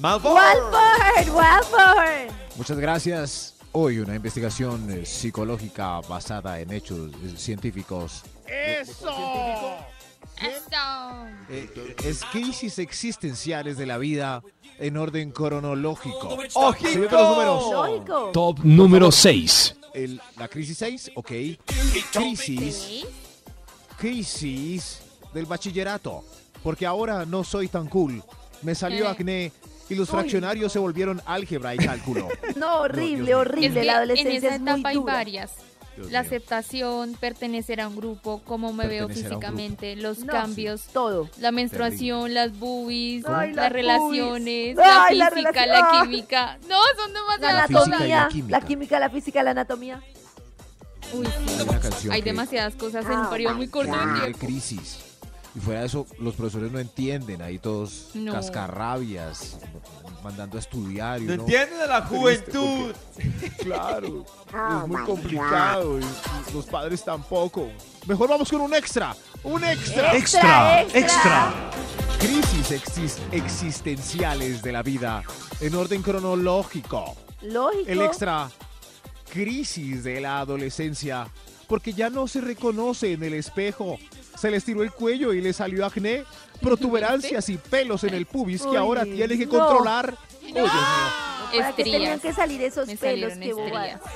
Speaker 2: Malfoy.
Speaker 5: Walford, Walford.
Speaker 3: Muchas gracias. Hoy una investigación eh, psicológica basada en hechos eh, científicos.
Speaker 9: Eso.
Speaker 4: Eso.
Speaker 3: Eh, es crisis existenciales de la vida en orden cronológico. Señor de los números.
Speaker 2: ¡Ojito!
Speaker 5: Lógico.
Speaker 8: Top número 6.
Speaker 3: El- la crisis 6, ok. Crisis,
Speaker 4: ¿Sí?
Speaker 3: crisis del bachillerato. Porque ahora no soy tan cool. Me salió
Speaker 4: Eh.
Speaker 3: acné y los fraccionarios se volvieron álgebra y cálculo.
Speaker 5: No, horrible,
Speaker 3: mío.
Speaker 4: Es
Speaker 5: horrible.
Speaker 4: que
Speaker 5: la
Speaker 4: en
Speaker 5: adolescencia
Speaker 4: esa
Speaker 5: es muy
Speaker 4: etapa hay
Speaker 5: dura.
Speaker 4: varias.
Speaker 3: Dios
Speaker 4: La
Speaker 3: mío.
Speaker 4: aceptación, pertenecer a un grupo, cómo me veo
Speaker 3: Pertenecer a un grupo.
Speaker 4: físicamente, los
Speaker 5: No,
Speaker 4: cambios,
Speaker 5: Todo.
Speaker 4: la menstruación, las boobies,
Speaker 5: Ay,
Speaker 4: las,
Speaker 5: las
Speaker 4: relaciones,
Speaker 5: boobies.
Speaker 4: la
Speaker 5: Ay, la
Speaker 4: física,
Speaker 5: relación.
Speaker 4: la
Speaker 5: Ah.
Speaker 4: química. No, son
Speaker 5: La
Speaker 3: física
Speaker 4: demasiadas
Speaker 3: y la
Speaker 5: anatomía,
Speaker 4: cosas.
Speaker 5: la química.
Speaker 3: química.
Speaker 5: la física, la anatomía.
Speaker 4: Uy, sí.
Speaker 3: Hay una canción
Speaker 4: Hay
Speaker 3: que-
Speaker 4: demasiadas cosas en
Speaker 5: Ah,
Speaker 4: un periodo muy corto de
Speaker 3: Terrible
Speaker 4: tiempo.
Speaker 3: crisis. Y fuera de eso, los profesores no entienden. Ahí todos
Speaker 4: No.
Speaker 3: cascarrabias, mandando a estudiar. y
Speaker 2: ¿No
Speaker 3: uno-
Speaker 2: entienden de la juventud?
Speaker 3: Claro, es muy complicado. y- y los padres tampoco. Mejor vamos con un extra. Un extra.
Speaker 5: Eh.
Speaker 7: Extra,
Speaker 5: Extra,
Speaker 7: extra.
Speaker 3: Crisis exis- existenciales de la vida en orden cronológico.
Speaker 5: Lógico.
Speaker 3: El extra. Crisis de la adolescencia. Porque ya no se reconoce en el espejo. Se les tiró el cuello y le salió acné, protuberancias y pelos en el pubis que
Speaker 5: Uy,
Speaker 3: ahora tiene que
Speaker 5: no.
Speaker 3: controlar. Oye, Dios mío.
Speaker 5: ¿Para qué tenían
Speaker 4: Estrías.
Speaker 5: que salir esos
Speaker 4: Me
Speaker 5: pelos?
Speaker 4: salieron
Speaker 5: Qué bobada.
Speaker 4: estrías.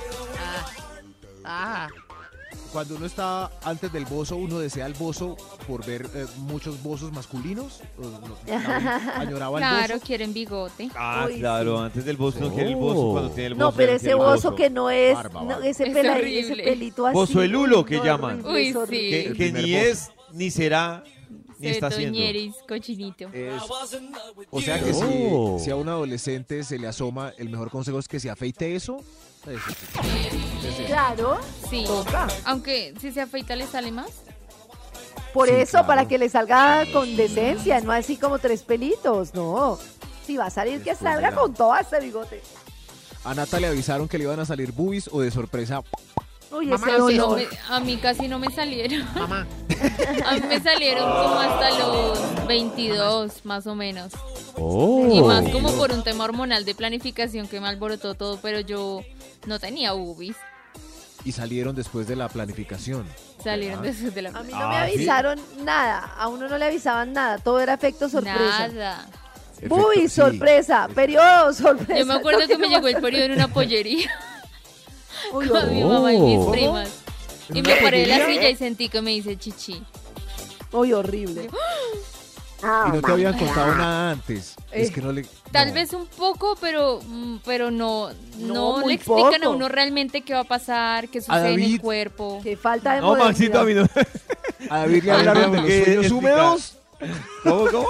Speaker 3: Cuando uno está antes del bozo, uno desea el bozo por ver eh, muchos bozos masculinos. o no, añoraba el
Speaker 4: Claro,
Speaker 3: bozo.
Speaker 4: quieren bigote.
Speaker 2: Ah,
Speaker 5: Uy,
Speaker 2: claro,
Speaker 5: sí.
Speaker 2: antes del bozo no quiere el
Speaker 8: Oh.
Speaker 2: bozo cuando tiene el bozo.
Speaker 5: No, pero
Speaker 2: ya
Speaker 5: ese
Speaker 2: quiere el
Speaker 5: bozo que no es,
Speaker 3: Barba,
Speaker 5: no,
Speaker 3: barba.
Speaker 5: ese,
Speaker 4: Es
Speaker 5: pela- ese
Speaker 4: horrible.
Speaker 5: pelito así.
Speaker 2: Bozo el hulo que
Speaker 5: no,
Speaker 2: llaman.
Speaker 5: horrible, es
Speaker 4: Uy,
Speaker 5: horrible.
Speaker 4: sí.
Speaker 2: que,
Speaker 3: El
Speaker 2: que
Speaker 3: primer
Speaker 2: ni
Speaker 3: bozo.
Speaker 2: es, ni será, ni está haciendo.
Speaker 4: Cetoñeris, cochinito.
Speaker 3: Es- o sea que
Speaker 8: Oh.
Speaker 3: si, si a un adolescente se le asoma, el mejor consejo es que se afeite eso. Es-
Speaker 5: Claro,
Speaker 4: Sí.
Speaker 3: oh.
Speaker 5: toca.
Speaker 4: Aunque si se afeita le sale más.
Speaker 5: Por
Speaker 3: Sí,
Speaker 5: eso,
Speaker 3: claro.
Speaker 5: para que le salga con decencia, no así como tres pelitos, no. Si va a salir, que
Speaker 3: Después
Speaker 5: salga
Speaker 3: verá.
Speaker 5: con todo hasta bigote.
Speaker 3: A Nata le avisaron que le iban a salir boobies o de sorpresa.
Speaker 5: Uy,
Speaker 4: No
Speaker 5: ese
Speaker 4: sé,
Speaker 5: olor.
Speaker 4: me- a mí casi no me salieron. A mí me salieron como hasta los 22, más o menos. Y
Speaker 8: Oh.
Speaker 4: más como por un tema hormonal de planificación que me alborotó todo, pero yo no tenía ubis.
Speaker 3: Y salieron después de la planificación.
Speaker 4: Salieron
Speaker 3: ¿Verdad?
Speaker 4: después de la
Speaker 5: A mí no me
Speaker 2: Ah, ¿sí?
Speaker 5: avisaron nada, a uno no le avisaban nada, todo era efecto sorpresa.
Speaker 4: Nada.
Speaker 3: Efecto-
Speaker 5: Uy,
Speaker 3: sí.
Speaker 5: sorpresa, periodo, sorpresa.
Speaker 4: Yo me acuerdo
Speaker 5: No,
Speaker 4: que me
Speaker 5: no
Speaker 4: llegó el
Speaker 5: más-
Speaker 4: periodo en una pollería
Speaker 5: Uy,
Speaker 4: con mi
Speaker 5: horrible.
Speaker 4: mamá y mis
Speaker 8: ¿Cómo?
Speaker 4: primas. Y
Speaker 3: ¿En una
Speaker 4: me paré de la
Speaker 3: pollería?
Speaker 4: silla y sentí que me hice chichi.
Speaker 5: Uy, horrible.
Speaker 3: Y no te habían contado nada antes. Es
Speaker 5: Eh,
Speaker 3: que no le.
Speaker 4: Ah. Tal
Speaker 3: no.
Speaker 4: vez un poco, pero, mm, pero no,
Speaker 5: No,
Speaker 4: no,
Speaker 5: muy
Speaker 4: le explican a
Speaker 5: poco.
Speaker 4: uno realmente qué va a pasar, qué sucede en el
Speaker 3: David.
Speaker 4: cuerpo.
Speaker 5: Qué falta de
Speaker 2: No, Maxito, a mí no.
Speaker 3: A David le
Speaker 2: Ah,
Speaker 3: hablaron de
Speaker 2: Que
Speaker 3: los sueños
Speaker 2: explica-
Speaker 3: húmedos.
Speaker 2: ¿Cómo, cómo?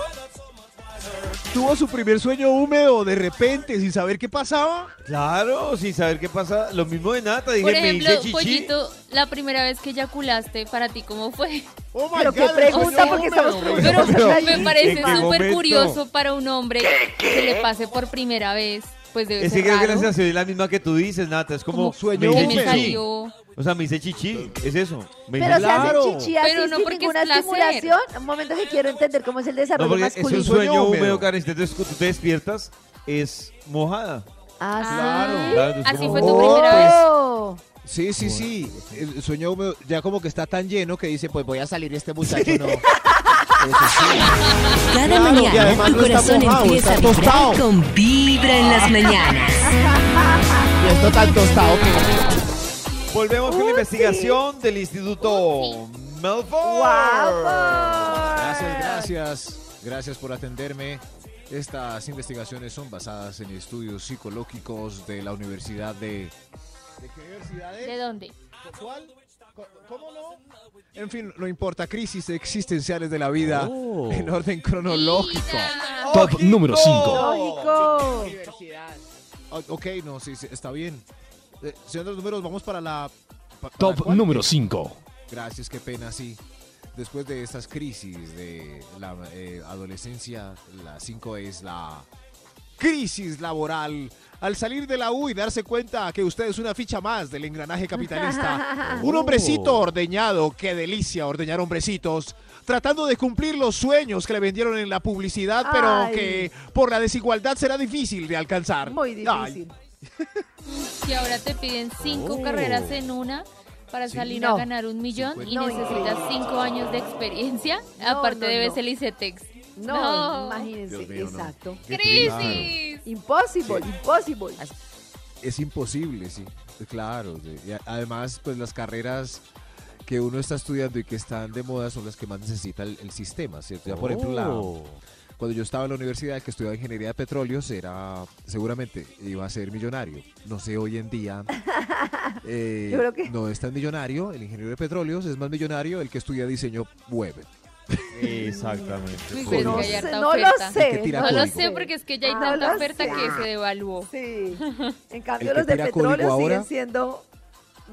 Speaker 3: Tuvo su primer sueño húmedo de repente sin saber qué pasaba.
Speaker 2: Claro, sin saber qué pasa. Lo mismo de Nata, dije,
Speaker 4: Por
Speaker 2: me
Speaker 4: ejemplo,
Speaker 2: hice chichi.
Speaker 4: Pollito, la primera vez que eyaculaste, ¿para ti cómo fue?
Speaker 3: Oh my
Speaker 5: Pero qué
Speaker 3: God,
Speaker 5: pregunta,
Speaker 3: sueño
Speaker 5: porque
Speaker 3: húmedo,
Speaker 5: estamos
Speaker 3: güey.
Speaker 4: Pero
Speaker 5: preguntando. hasta
Speaker 4: me
Speaker 5: ahí.
Speaker 4: parece
Speaker 2: ¿En qué
Speaker 4: súper
Speaker 2: momento?
Speaker 4: curioso para un hombre que le pase por primera vez. Pues debe
Speaker 2: Es que
Speaker 4: ser
Speaker 2: creo que la
Speaker 4: raro.
Speaker 2: sensación es la misma que tú dices, Nata. Es como,
Speaker 3: Como sueño
Speaker 2: me
Speaker 4: que
Speaker 2: hice
Speaker 3: húmedo.
Speaker 4: me
Speaker 2: chichi.
Speaker 4: salió.
Speaker 2: O sea, me hice chichi. Es eso. Me hice
Speaker 5: Pero se
Speaker 2: chichi.
Speaker 3: Claro.
Speaker 5: hace chichi así
Speaker 4: Pero no
Speaker 5: sin
Speaker 4: porque es
Speaker 5: ninguna
Speaker 4: placer.
Speaker 5: estimulación. Un momento que quiero entender cómo es el desarrollo
Speaker 2: No, porque es
Speaker 5: masculino.
Speaker 2: un sueño húmedo,
Speaker 3: húmedo.
Speaker 2: Karen. Entonces, cuando tú te despiertas, es mojada.
Speaker 5: Ah,
Speaker 4: Ah,
Speaker 2: Claro, es
Speaker 4: Así
Speaker 2: como-
Speaker 4: fue tu
Speaker 3: Oh,
Speaker 4: primera vez.
Speaker 5: Oh.
Speaker 3: Sí, sí, sí. El sueño húmedo ya como que está tan lleno que dice, pues voy a salir este muchacho. No. Pues
Speaker 1: Cada
Speaker 3: Claro, y
Speaker 1: mañana
Speaker 3: además
Speaker 1: tu
Speaker 3: no está
Speaker 1: corazón
Speaker 3: mojado,
Speaker 1: empieza a
Speaker 3: está
Speaker 1: vibrar
Speaker 3: tostado.
Speaker 1: con vibra en las mañanas.
Speaker 3: Y esto tan tostado que...
Speaker 2: Volvemos con
Speaker 5: Uy,
Speaker 2: la investigación del Instituto Melford.
Speaker 5: ¡Guapo!
Speaker 3: Gracias, gracias. Gracias por atenderme. Estas investigaciones son basadas en estudios psicológicos de la Universidad de... ¿De qué universidad
Speaker 2: pues.
Speaker 4: ¿De dónde?
Speaker 3: ¿Cuál? Co- ¿Cómo no? En fin, no importa, crisis existenciales de la vida
Speaker 8: Oh.
Speaker 3: en orden cronológico.
Speaker 4: Mira.
Speaker 8: Top número 5.
Speaker 5: Lógico.
Speaker 3: Oh, O- ok, no, sí, sí, está bien. Eh, señor de los números, vamos para la... pa- para
Speaker 8: Top
Speaker 3: cuál?
Speaker 8: número 5.
Speaker 3: Gracias, qué pena, sí. Después de estas crisis de la eh, adolescencia, la 5 es la crisis laboral. Al salir de la U y darse cuenta que usted es una ficha más del engranaje capitalista, un
Speaker 5: Oh.
Speaker 3: hombrecito ordeñado, qué delicia ordeñar hombrecitos, tratando de cumplir los sueños que le vendieron en la publicidad, pero
Speaker 5: Ay.
Speaker 3: que por la desigualdad será difícil de alcanzar.
Speaker 5: Muy
Speaker 3: Ay,
Speaker 5: difícil.
Speaker 4: Si ahora te piden cinco
Speaker 8: Oh.
Speaker 4: carreras en una para
Speaker 3: Sí.
Speaker 4: salir
Speaker 5: No.
Speaker 4: a ganar un millón y
Speaker 5: No,
Speaker 4: necesitas
Speaker 5: increíble.
Speaker 4: cinco años de experiencia,
Speaker 5: No,
Speaker 4: aparte
Speaker 5: no,
Speaker 4: debes
Speaker 5: no.
Speaker 4: el ICETEX.
Speaker 5: No,
Speaker 4: No.
Speaker 5: imagínense.
Speaker 3: Dios mío, no.
Speaker 5: Exacto.
Speaker 3: qué triste.
Speaker 4: ¡Crisis!
Speaker 5: Impossible, impossible.
Speaker 3: es imposible, sí. Claro. sí. Y a- además, pues las carreras que uno está estudiando y que están de moda son las que más necesita el, el sistema, ¿cierto? Ya, por ejemplo, la, Cuando yo estaba en la universidad, el que estudiaba ingeniería de petróleos era, seguramente, iba a ser millonario. No sé, hoy en día eh,
Speaker 5: Yo creo que-
Speaker 3: no es tan millonario. El ingeniero de petróleos es más millonario el que estudia diseño web.
Speaker 2: Exactamente.
Speaker 4: Pues que
Speaker 5: No,
Speaker 4: hay
Speaker 5: sé,
Speaker 4: harta
Speaker 5: no lo
Speaker 4: oferta.
Speaker 3: El que
Speaker 5: sé.
Speaker 3: tira
Speaker 4: No lo
Speaker 3: código.
Speaker 4: sé porque es que ya hay
Speaker 5: No
Speaker 4: tanta
Speaker 5: Ah, lo
Speaker 4: oferta
Speaker 5: sé.
Speaker 4: que se devaluó.
Speaker 5: Sí. En
Speaker 3: El
Speaker 5: cambio,
Speaker 3: que
Speaker 5: los de
Speaker 3: tira código
Speaker 5: petróleo
Speaker 3: ahora-
Speaker 5: siguen siendo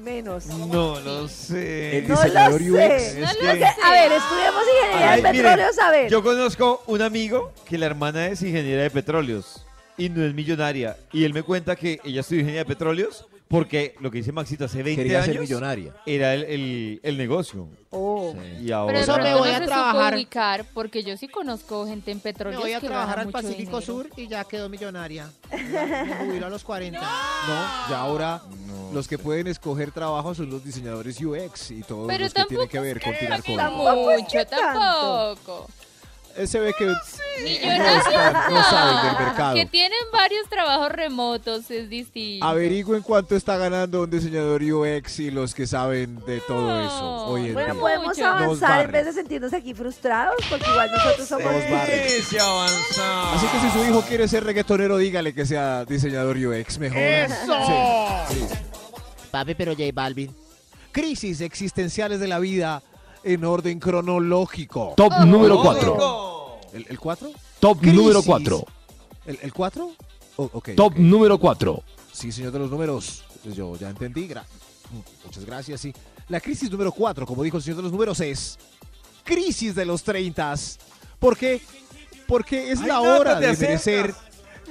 Speaker 5: menos.
Speaker 4: Mm.
Speaker 2: No lo sé.
Speaker 3: El
Speaker 5: No lo
Speaker 3: diseñador
Speaker 5: sé.
Speaker 3: UX.
Speaker 4: No
Speaker 2: Es
Speaker 4: lo
Speaker 2: que-
Speaker 4: sé.
Speaker 5: A ver, estudiamos ingeniería
Speaker 2: Ay,
Speaker 5: de
Speaker 2: miren,
Speaker 5: petróleo, a ver.
Speaker 2: Yo conozco un amigo que la hermana es ingeniera de petróleos y no es millonaria. Y él me cuenta que ella estudió ingeniería de petróleos porque lo que dice Maxito hace 20
Speaker 3: Quería ser
Speaker 2: años
Speaker 3: millonaria.
Speaker 2: era el, el- el negocio.
Speaker 5: Oh.
Speaker 2: Y
Speaker 4: Pero de
Speaker 2: ahora.
Speaker 9: Eso me
Speaker 4: pronto
Speaker 9: voy
Speaker 4: no
Speaker 9: a
Speaker 4: se
Speaker 9: trabajar.
Speaker 4: supo ubicar porque yo sí conozco gente en
Speaker 9: Me
Speaker 4: petróleo.
Speaker 9: voy a
Speaker 4: que
Speaker 9: trabajar
Speaker 4: gana
Speaker 9: al
Speaker 4: mucho
Speaker 9: Pacífico
Speaker 4: dinero.
Speaker 9: Sur y ya quedó millonaria. Ya Me jubilo a los 40.
Speaker 3: No, ya ahora
Speaker 2: No
Speaker 3: los que
Speaker 2: sé.
Speaker 3: pueden escoger trabajo son los diseñadores UX y todos
Speaker 4: Pero
Speaker 3: los que tienen
Speaker 4: tampoco
Speaker 3: que ver con tirar código.
Speaker 5: Tampoco es que
Speaker 4: Mucho,
Speaker 5: tanto.
Speaker 4: tampoco.
Speaker 3: Eh, Se ve que no,
Speaker 4: Millonarios
Speaker 3: están- no saben del
Speaker 4: no,
Speaker 3: mercado.
Speaker 4: Que tienen varios trabajos remotos, es distinto.
Speaker 3: Averigüen cuánto está ganando un diseñador UX y los que saben de todo eso
Speaker 4: No.
Speaker 3: hoy en
Speaker 5: Bueno,
Speaker 3: día.
Speaker 4: pues-
Speaker 5: podemos
Speaker 4: Mucho.
Speaker 3: Nos
Speaker 5: avanzar en
Speaker 3: barren.
Speaker 5: vez de sentirnos aquí frustrados, porque igual nosotros somos.
Speaker 3: Nos barren.
Speaker 2: Sí, se avanza.
Speaker 3: Así que si su hijo quiere ser reggaetonero, dígale que sea diseñador UX mejor.
Speaker 9: ¡Eso!
Speaker 3: Sí, sí.
Speaker 9: Papi, pero J Balvin.
Speaker 3: Crisis existenciales de la vida en orden cronológico.
Speaker 8: Top
Speaker 4: Oh.
Speaker 8: número
Speaker 4: Oh.
Speaker 8: 4.
Speaker 3: ¿El, el 4?
Speaker 8: Top
Speaker 3: Crisis.
Speaker 8: número 4.
Speaker 3: ¿El, el 4? Oh, ok,
Speaker 8: Top
Speaker 3: ok.
Speaker 8: número 4.
Speaker 3: Sí, señor de los números. Pues Yo ya entendí. gra- Muchas gracias, sí. La crisis número 4, como dijo el señor de los números, es crisis de los 30. ¿Por qué? Porque es
Speaker 2: Ay,
Speaker 3: la
Speaker 2: Nata,
Speaker 3: hora
Speaker 2: te
Speaker 3: de
Speaker 2: acercas.
Speaker 3: merecer.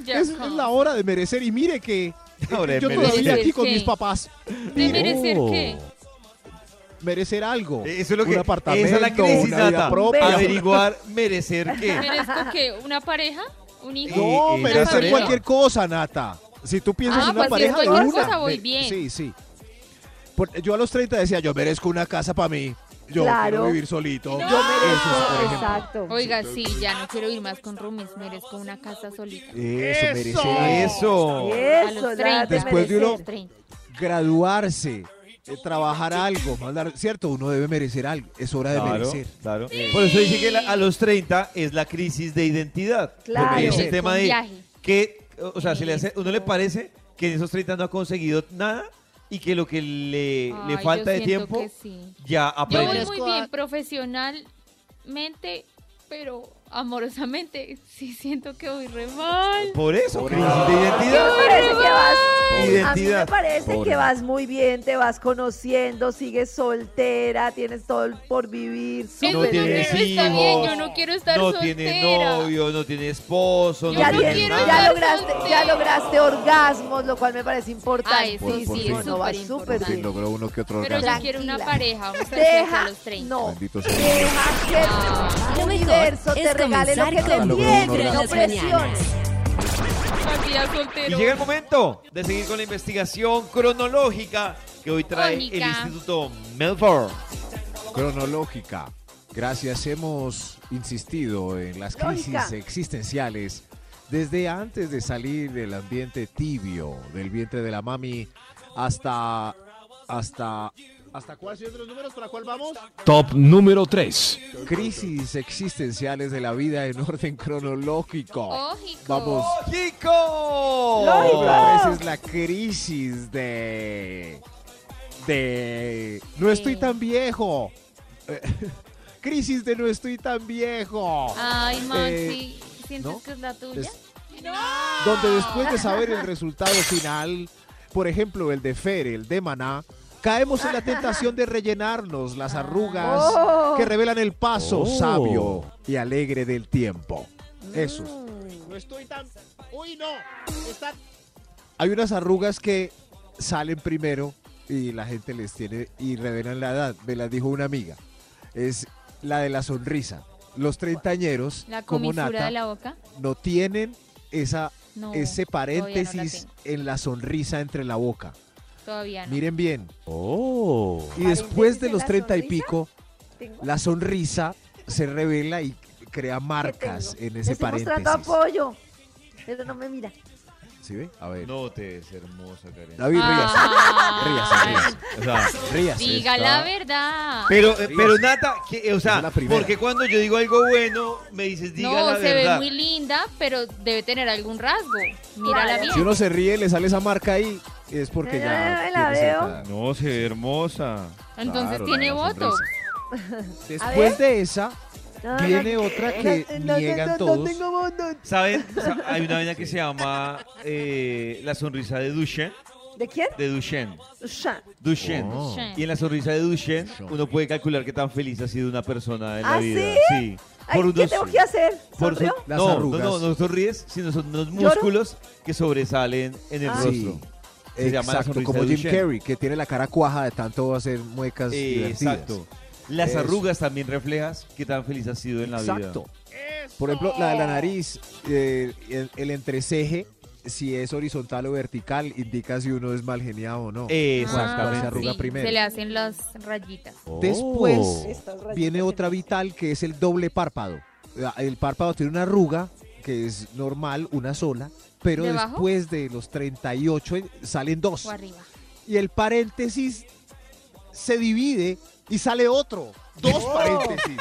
Speaker 4: Ya,
Speaker 3: Es, es la hora de merecer. Y mire que
Speaker 2: Ahora
Speaker 3: yo
Speaker 2: de
Speaker 3: todavía
Speaker 4: merecer.
Speaker 3: aquí con
Speaker 4: Sí.
Speaker 3: mis papás.
Speaker 4: ¿De
Speaker 3: Mire,
Speaker 4: merecer qué?
Speaker 8: Oh.
Speaker 3: merecer algo.
Speaker 2: Eso es lo
Speaker 3: Un
Speaker 2: que. esa es la
Speaker 3: apartamento,
Speaker 2: crisis,
Speaker 3: una vida
Speaker 2: Nata.
Speaker 3: propia.
Speaker 2: Averiguar merecer qué.
Speaker 4: ¿Merezco qué? ¿Una pareja? ¿Un hijo?
Speaker 3: No,
Speaker 2: Eh,
Speaker 4: Nata,
Speaker 3: merecer
Speaker 4: mira.
Speaker 3: cualquier cosa, Nata. Si tú piensas
Speaker 4: Ah,
Speaker 3: en una
Speaker 4: pues, si es
Speaker 3: pareja, de
Speaker 4: cualquier
Speaker 3: una.
Speaker 4: cosa, voy
Speaker 3: Me-
Speaker 4: bien.
Speaker 3: Sí, sí. Por- yo a los 30 decía, yo merezco una casa para mí. Yo
Speaker 5: Claro.
Speaker 3: quiero vivir solito.
Speaker 5: Yo
Speaker 3: Eso
Speaker 5: merezco,
Speaker 3: es, por ejemplo.
Speaker 5: exacto.
Speaker 4: Oiga, sí, ya no quiero ir más con roomies, merezco una casa solita.
Speaker 3: Eso, merecer algo.
Speaker 2: Eso.
Speaker 4: A los
Speaker 5: Eso,
Speaker 4: 30.
Speaker 5: Nata,
Speaker 3: Después de
Speaker 5: merecer.
Speaker 3: uno- Graduarse, eh, trabajar algo, mandar- ¿cierto? Uno debe merecer algo. Es hora de
Speaker 2: Claro,
Speaker 3: merecer.
Speaker 2: claro. Por eso dice que la- a los 30 es la crisis de identidad.
Speaker 5: Claro.
Speaker 2: Porque es el
Speaker 3: Con
Speaker 2: tema de
Speaker 4: viaje.
Speaker 2: que, o sea, se le hace,
Speaker 4: Eso.
Speaker 2: uno le parece que en esos 30 no ha conseguido nada y que lo que le,
Speaker 4: Ay,
Speaker 2: le
Speaker 4: yo
Speaker 2: falta de
Speaker 4: siento
Speaker 2: tiempo
Speaker 4: que sí.
Speaker 2: ya
Speaker 4: Yo
Speaker 2: aprende.
Speaker 4: voy muy
Speaker 9: Merezco
Speaker 4: bien
Speaker 9: a-
Speaker 4: profesionalmente, pero amorosamente sí siento que voy re mal.
Speaker 2: Por eso, crisis de identidad.
Speaker 5: Me parece que vas- A mí me
Speaker 2: Identidad.
Speaker 5: parece
Speaker 3: Pobre.
Speaker 5: que vas muy bien, te vas conociendo, sigues soltera, tienes todo por vivir.
Speaker 4: Sí,
Speaker 2: No
Speaker 4: pero
Speaker 5: súper
Speaker 2: tienes
Speaker 4: no está
Speaker 2: hijos.
Speaker 4: bien, yo no quiero estar
Speaker 2: no
Speaker 4: soltera.
Speaker 2: tiene novio, no tiene esposo,
Speaker 4: Yo
Speaker 2: no
Speaker 5: ya,
Speaker 4: no
Speaker 2: tiene
Speaker 5: tienes-
Speaker 4: quiero
Speaker 2: nada.
Speaker 5: ya
Speaker 4: estar
Speaker 5: lograste, ya
Speaker 4: soltera.
Speaker 5: lograste orgasmos, lo cual me parece
Speaker 4: Ah,
Speaker 5: importante.
Speaker 4: eso
Speaker 3: Por- por
Speaker 4: sí,
Speaker 3: fin.
Speaker 4: es
Speaker 5: No, va
Speaker 3: Por fin
Speaker 4: súper
Speaker 5: súper
Speaker 4: importante.
Speaker 5: bien.
Speaker 3: logró uno que otro
Speaker 4: Pero
Speaker 3: orgasmo.
Speaker 4: yo quiero una
Speaker 5: Tranquila.
Speaker 4: pareja, vamos a
Speaker 5: Deja,
Speaker 4: a los 30.
Speaker 5: no,
Speaker 3: Bendito sea.
Speaker 5: deja que
Speaker 1: Lo
Speaker 5: el
Speaker 1: mejor
Speaker 5: universo
Speaker 1: es
Speaker 5: te regale lo
Speaker 1: comenzar
Speaker 5: que te
Speaker 1: con
Speaker 5: pide,
Speaker 1: vibra en
Speaker 5: no
Speaker 1: las
Speaker 5: presiones.
Speaker 1: mañanas.
Speaker 4: Partida
Speaker 2: Y
Speaker 4: soltero.
Speaker 2: llega el momento de seguir con la investigación cronológica que hoy trae el
Speaker 4: Crónica.
Speaker 2: Instituto Melbourne.
Speaker 3: cronológica. Gracias, hemos insistido en las crisis
Speaker 5: Lógica.
Speaker 3: existenciales desde antes de salir del ambiente tibio, del vientre de la mami, hasta... hasta ¿Hasta cuál, señor de los números? ¿Para cuál vamos?
Speaker 8: Top número 3.
Speaker 3: Crisis existenciales de la vida en orden cronológico.
Speaker 4: Lógico.
Speaker 3: Vamos.
Speaker 2: ¡Lógico!
Speaker 3: A veces la crisis de... De... No estoy
Speaker 4: Sí.
Speaker 3: tan viejo. crisis de no estoy tan viejo.
Speaker 4: Ay, Maxi, ¿sientes
Speaker 3: ¿no?
Speaker 4: que es la tuya?
Speaker 3: Des- Donde después de saber el resultado final, por ejemplo, el de Fer, el de Maná, caemos en la tentación de rellenarnos las arrugas
Speaker 5: Oh.
Speaker 3: que revelan el paso
Speaker 8: Oh.
Speaker 3: sabio y alegre del tiempo. Eso.
Speaker 5: Mm,
Speaker 9: No estoy tan. ¡Uy, no! Está.
Speaker 3: Hay unas arrugas que salen primero y la gente les tiene y revelan la edad. Me las dijo una amiga. Es la de la sonrisa. Los treintañeros,
Speaker 4: La
Speaker 3: como
Speaker 4: comisura
Speaker 3: Nata,
Speaker 4: de la boca.
Speaker 3: no tienen esa,
Speaker 4: No,
Speaker 3: ese
Speaker 4: todavía no la
Speaker 3: paréntesis
Speaker 4: tengo,
Speaker 3: en la sonrisa entre la boca.
Speaker 4: Todavía no.
Speaker 3: Miren bien.
Speaker 8: Oh.
Speaker 3: Y después
Speaker 5: ¿Paréntesis
Speaker 3: de
Speaker 5: en
Speaker 3: los
Speaker 5: la
Speaker 3: 30 y
Speaker 5: sonrisa?
Speaker 3: pico,
Speaker 5: Tengo-
Speaker 3: la sonrisa se revela y crea marcas
Speaker 5: tengo?
Speaker 3: en
Speaker 5: Le
Speaker 3: ese
Speaker 5: estoy mostrando
Speaker 3: paréntesis.
Speaker 5: apoyo, pero no me mira.
Speaker 3: ¿sí ve? A ver.
Speaker 2: No te ves hermosa, Karen.
Speaker 3: David, ríase.
Speaker 4: Ah,
Speaker 3: Ríase, ríase.
Speaker 2: O sea,
Speaker 3: Ríase.
Speaker 4: Diga la verdad.
Speaker 2: pero, eh, pero Nata, que, o
Speaker 3: es
Speaker 2: sea,
Speaker 3: la primera.
Speaker 2: porque cuando yo digo algo bueno, me dices, diga
Speaker 4: no,
Speaker 2: la
Speaker 4: se ve
Speaker 2: verdad.
Speaker 4: muy linda, pero debe tener algún rasgo. Mírala
Speaker 5: Claro.
Speaker 4: bien.
Speaker 3: Si uno se ríe, le sale esa marca ahí, es porque ya.
Speaker 5: Ay, la
Speaker 3: tiene
Speaker 5: veo.
Speaker 3: cierta-
Speaker 2: No, se ve hermosa.
Speaker 4: Entonces
Speaker 3: Claro,
Speaker 4: tiene
Speaker 3: la
Speaker 4: voto.
Speaker 3: sonrisa.
Speaker 5: ver.
Speaker 3: Después de esa,
Speaker 5: No, no,
Speaker 3: viene otra que
Speaker 5: no, no,
Speaker 3: niegan
Speaker 5: no, no
Speaker 3: todos.
Speaker 5: tengo bondad.
Speaker 2: ¿Saben? Sa- Hay una vaina que se llama eh, La sonrisa de Duchenne.
Speaker 5: ¿De quién?
Speaker 2: De Duchenne.
Speaker 5: Sha.
Speaker 2: Duchenne.
Speaker 3: Oh.
Speaker 4: Ah,
Speaker 2: Y en la sonrisa de Duchenne,
Speaker 3: Duchenne.
Speaker 2: uno puede calcular qué tan feliz ha sido una persona en la
Speaker 5: ¿Ah,
Speaker 2: vida. Sí.
Speaker 5: Ay, ¿Qué
Speaker 2: unos-
Speaker 5: tengo que hacer?
Speaker 2: por
Speaker 5: ¿Sonrió?
Speaker 2: su-
Speaker 3: Las
Speaker 2: no,
Speaker 3: arrugas.
Speaker 2: no, no, no sonríes, sino son unos
Speaker 5: ¿Lloro?
Speaker 2: músculos que sobresalen en el
Speaker 5: Ah.
Speaker 2: rostro.
Speaker 3: Sí.
Speaker 2: Se llama la
Speaker 3: Exacto,
Speaker 2: sonrisa
Speaker 3: como
Speaker 2: de
Speaker 3: Jim
Speaker 2: Duchenne.
Speaker 3: Carrey, que tiene la cara cuaja de tanto hacer muecas
Speaker 2: Eh,
Speaker 3: divertidas.
Speaker 2: Exacto. Las
Speaker 3: Eso.
Speaker 2: arrugas también reflejas qué tan feliz has sido en la
Speaker 3: Exacto.
Speaker 2: vida.
Speaker 3: Por ejemplo, la de la nariz, eh, el, el entreceje, si es horizontal o vertical, indica si uno es mal geniado o no.
Speaker 2: Eh, Exactamente.
Speaker 3: se arruga
Speaker 4: sí,
Speaker 3: primero.
Speaker 4: Se le hacen las rayitas.
Speaker 3: Después
Speaker 5: Estas rayitas
Speaker 3: viene
Speaker 5: que
Speaker 3: otra
Speaker 5: me-
Speaker 3: vital que es el doble párpado. La- El párpado tiene una arruga que es normal, una sola, pero
Speaker 4: ¿Debajo?
Speaker 3: después de los 38 en- eh, salen dos.
Speaker 4: O arriba.
Speaker 3: Y el paréntesis se divide y sale otro. Dos paréntesis.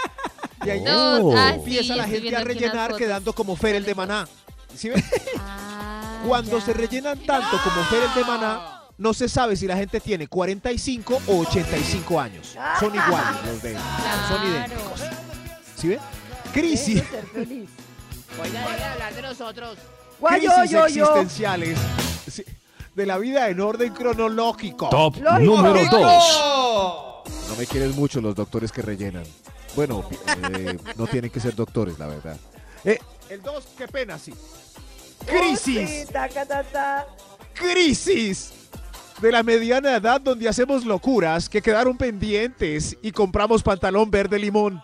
Speaker 3: Y ahí
Speaker 4: Dos. Ah, sí,
Speaker 3: empieza la gente
Speaker 4: estoy viendo
Speaker 3: a
Speaker 4: aquí unas
Speaker 3: rellenar
Speaker 4: fotos.
Speaker 3: quedando como Fer el de Maná. ¿Sí ven?
Speaker 4: Ah,
Speaker 3: Cuando
Speaker 4: ya.
Speaker 3: se rellenan tanto como Fer el de Maná, no se sabe si la gente tiene 45 o 85 años. Son iguales los de Son
Speaker 4: Claro.
Speaker 3: idénticos. ¿Sí ven? Crisis,
Speaker 5: Eso, ser feliz.
Speaker 9: Oiga, deje de hablar de nosotros.
Speaker 5: Guay, yo,
Speaker 3: crisis
Speaker 5: yo, yo.
Speaker 3: existenciales sí, de la vida en orden cronológico.
Speaker 8: Top
Speaker 5: Lógico.
Speaker 8: número 2.
Speaker 3: No me quieren mucho los doctores que rellenan. Bueno, eh, no tienen que ser doctores, la verdad. Eh, el 2, qué pena, sí.
Speaker 5: Oh, sí,
Speaker 3: Crisis,
Speaker 5: taca, ta, ta.
Speaker 3: crisis de la mediana edad donde hacemos locuras que quedaron pendientes y compramos pantalón verde limón.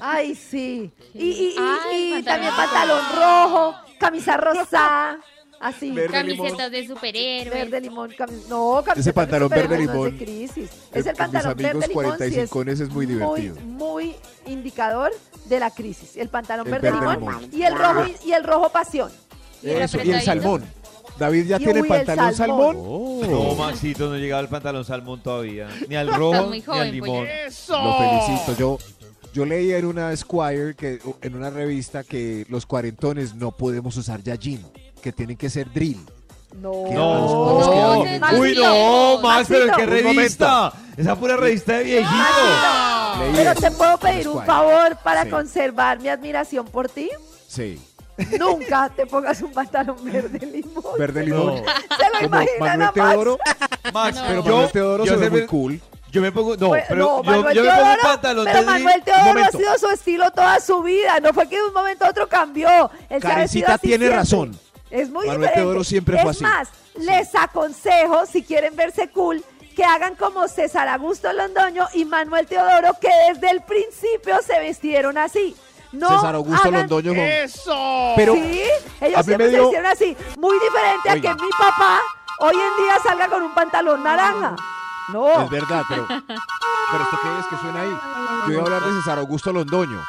Speaker 5: Ay, sí. Y, y, y,
Speaker 4: Ay,
Speaker 5: y
Speaker 4: pantalón
Speaker 5: también
Speaker 4: rojo.
Speaker 5: pantalón rojo, camisa rosada, así.
Speaker 3: Verde
Speaker 4: Camisetas de superhéroe.
Speaker 5: Verde limón, cami- no, camiseta
Speaker 3: Ese pantalón
Speaker 5: de
Speaker 3: verde
Speaker 5: superhéroe no es de
Speaker 3: limón,
Speaker 5: crisis.
Speaker 3: eh,
Speaker 5: Es el
Speaker 3: mis
Speaker 5: pantalón
Speaker 3: amigos
Speaker 5: verde limón. sí
Speaker 3: 45 es muy divertido.
Speaker 5: Muy, indicador de la crisis. El pantalón
Speaker 3: El
Speaker 5: verde,
Speaker 3: verde
Speaker 5: limón,
Speaker 3: limón.
Speaker 5: y el rojo y el rojo pasión.
Speaker 4: Y el
Speaker 3: Eso, y el
Speaker 4: apretadito.
Speaker 3: salmón. David ya
Speaker 5: Y
Speaker 3: tiene
Speaker 5: uy, el
Speaker 3: pantalón
Speaker 5: salmón.
Speaker 3: salmón.
Speaker 2: No, Maxito, no llegaba el pantalón salmón todavía. Ni al rojo,
Speaker 4: Estás muy
Speaker 2: ni al
Speaker 4: joven,
Speaker 2: limón.
Speaker 3: Lo felicito. Yo, yo leía en una Squire, que, en una revista, que los cuarentones no podemos usar ya jean, que tienen que ser drill.
Speaker 5: No.
Speaker 3: ¿Qué?
Speaker 2: No,
Speaker 3: Nos queda
Speaker 2: no.
Speaker 3: bien.
Speaker 2: uy,
Speaker 4: Maxito.
Speaker 2: no, Max, pero ¿en qué
Speaker 5: Maxito.
Speaker 2: revista? Esa pura revista de viejito.
Speaker 3: Leí
Speaker 5: Ah. Pero
Speaker 3: eso.
Speaker 5: te puedo pedir un
Speaker 3: Squire.
Speaker 5: favor para
Speaker 3: Sí.
Speaker 5: conservar mi admiración por ti.
Speaker 3: Sí,
Speaker 5: Nunca te pongas un pantalón verde limón.
Speaker 3: verde limón.
Speaker 5: Se lo
Speaker 3: Como
Speaker 5: imaginan
Speaker 3: Manuel
Speaker 5: a Max.
Speaker 3: Teodoro,
Speaker 2: Max,
Speaker 3: pero
Speaker 2: yo,
Speaker 3: Manuel Teodoro
Speaker 2: yo
Speaker 3: se ve
Speaker 2: siempre-
Speaker 3: muy cool.
Speaker 2: yo me pongo, no,
Speaker 5: Pues,
Speaker 2: pero
Speaker 5: no,
Speaker 2: yo,
Speaker 5: Manuel
Speaker 2: yo me pongo un
Speaker 5: Teodoro,
Speaker 2: pantalón
Speaker 5: Pero
Speaker 2: de drill.
Speaker 5: Manuel Teodoro ha
Speaker 3: momento.
Speaker 5: sido su estilo toda su vida. No fue que de un momento a otro cambió. Él se ha vestido
Speaker 3: Karencita
Speaker 5: así
Speaker 3: tiene
Speaker 5: siempre.
Speaker 3: razón.
Speaker 5: Es muy
Speaker 3: Manuel
Speaker 5: diferente.
Speaker 3: Teodoro siempre
Speaker 5: es
Speaker 3: fue así.
Speaker 5: más, les aconsejo, si quieren verse cool, que hagan como César Augusto Londoño y Manuel Teodoro, que desde el principio se vestieron así. No
Speaker 3: César Augusto
Speaker 5: hagan-
Speaker 3: Londoño. con- Pero
Speaker 5: sí,
Speaker 3: a
Speaker 5: ellos
Speaker 3: mí
Speaker 5: siempre
Speaker 3: me dio-
Speaker 5: se vistieron así. Muy diferente
Speaker 3: Oiga.
Speaker 5: a que mi papá hoy en día salga con un pantalón naranja. No.
Speaker 3: es verdad, pero, pero ¿esto qué es que suena ahí? Yo iba a hablar de César Augusto Londoño.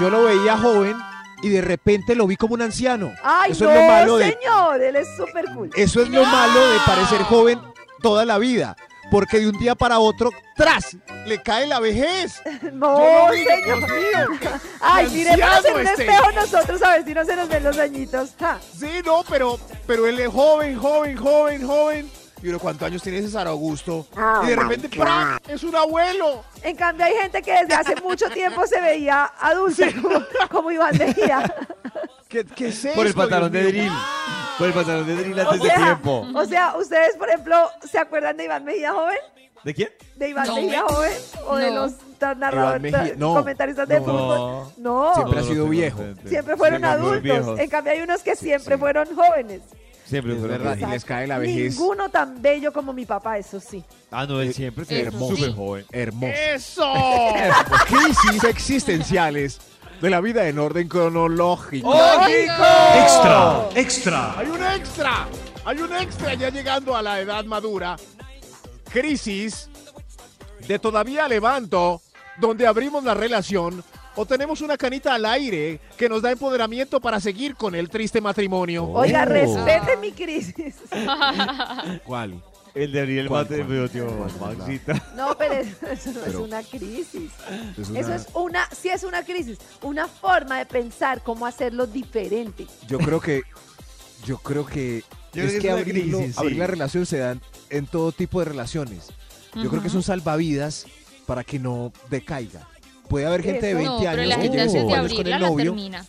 Speaker 3: Yo lo veía joven y de repente lo vi como un anciano.
Speaker 5: Ay,
Speaker 3: Eso
Speaker 5: no,
Speaker 3: es lo malo de Eh,
Speaker 5: señor, él es súper cool.
Speaker 3: Eso es lo malo de parecer joven toda la vida. Porque de un día para otro, ¡tras! Le cae la vejez.
Speaker 5: No,
Speaker 3: lo vi, Dios
Speaker 5: señor.
Speaker 3: mío.
Speaker 5: Ay,
Speaker 3: Qué
Speaker 5: miremos en
Speaker 3: anciano
Speaker 5: un
Speaker 3: este.
Speaker 5: espejo nosotros a ver si no se nos ven los añitos. Ja.
Speaker 3: Sí, no, pero, pero él es joven, joven, joven, joven. Y uno, ¿cuántos años tiene César Augusto? y de repente, ¡pra! ¡Es un abuelo!
Speaker 5: En cambio, hay gente que desde hace mucho tiempo se veía adulta, como, como Iván Mejía.
Speaker 3: ¿Qué, qué es
Speaker 2: Por el
Speaker 3: esto,
Speaker 2: pantalón de
Speaker 3: Dios mío?
Speaker 2: drill. Por el pantalón de drill
Speaker 5: O
Speaker 2: antes de
Speaker 5: sea,
Speaker 2: tiempo.
Speaker 5: o sea, ustedes, por ejemplo, ¿se acuerdan de Iván Mejía joven?
Speaker 2: ¿De quién?
Speaker 5: ¿De Iván Mejía joven? ¿O de
Speaker 4: No.
Speaker 5: los tan narradores,
Speaker 3: Mejía,
Speaker 5: tan
Speaker 3: no.
Speaker 5: comentaristas de
Speaker 3: No.
Speaker 5: fútbol? No,
Speaker 3: Siempre
Speaker 5: siempre,
Speaker 3: ha sido viejo.
Speaker 5: fueron
Speaker 2: Siempre fueron
Speaker 5: adultos.
Speaker 2: viejos.
Speaker 5: En cambio, hay unos que siempre
Speaker 3: sí.
Speaker 5: fueron jóvenes.
Speaker 2: Siempre
Speaker 3: Es
Speaker 2: fue
Speaker 3: verdad, y les cae la vejez.
Speaker 5: Ninguno tan bello como mi papá, eso sí.
Speaker 2: Ah, no, él siempre fue
Speaker 4: Eso
Speaker 2: hermoso.
Speaker 4: sí.
Speaker 2: Súper joven.
Speaker 3: Hermoso.
Speaker 9: ¡Eso!
Speaker 3: Crisis existenciales de la vida en orden cronológico.
Speaker 7: Extra, extra,
Speaker 3: Hay un extra, hay un extra ya llegando a la edad madura. Crisis de todavía levanto, donde abrimos la relación, o tenemos una canita al aire que nos da empoderamiento para seguir con el triste matrimonio.
Speaker 8: Oh.
Speaker 5: Oiga,
Speaker 8: Oh.
Speaker 5: respete mi crisis.
Speaker 3: ¿Cuál?
Speaker 6: El de abrir el
Speaker 3: ¿Cuál,
Speaker 6: mate de
Speaker 3: cuál?
Speaker 6: medio tío,
Speaker 3: ¿Cuál, cuál?
Speaker 6: Maxita.
Speaker 5: No, pero eso, eso no es
Speaker 3: Pero-
Speaker 5: una crisis.
Speaker 3: Es
Speaker 5: Eso
Speaker 3: una-
Speaker 5: es una, sí es una crisis, una forma de pensar cómo hacerlo diferente.
Speaker 3: Yo creo que. Yo creo que.
Speaker 6: Yo creo
Speaker 3: es
Speaker 6: que
Speaker 3: que,
Speaker 6: es una
Speaker 3: abrirlo-
Speaker 6: crisis, sí.
Speaker 3: abrir la relación se dan en todo tipo de relaciones. Yo creo que es un salvavidas para que no decaiga. Puede haber gente de
Speaker 5: Eso.
Speaker 3: 20
Speaker 4: No, pero
Speaker 3: años
Speaker 4: la
Speaker 3: que
Speaker 4: gente
Speaker 3: lleve
Speaker 4: antes
Speaker 3: cinco
Speaker 4: de
Speaker 3: años con
Speaker 4: abrirla
Speaker 3: el
Speaker 4: la
Speaker 3: novio
Speaker 4: termina.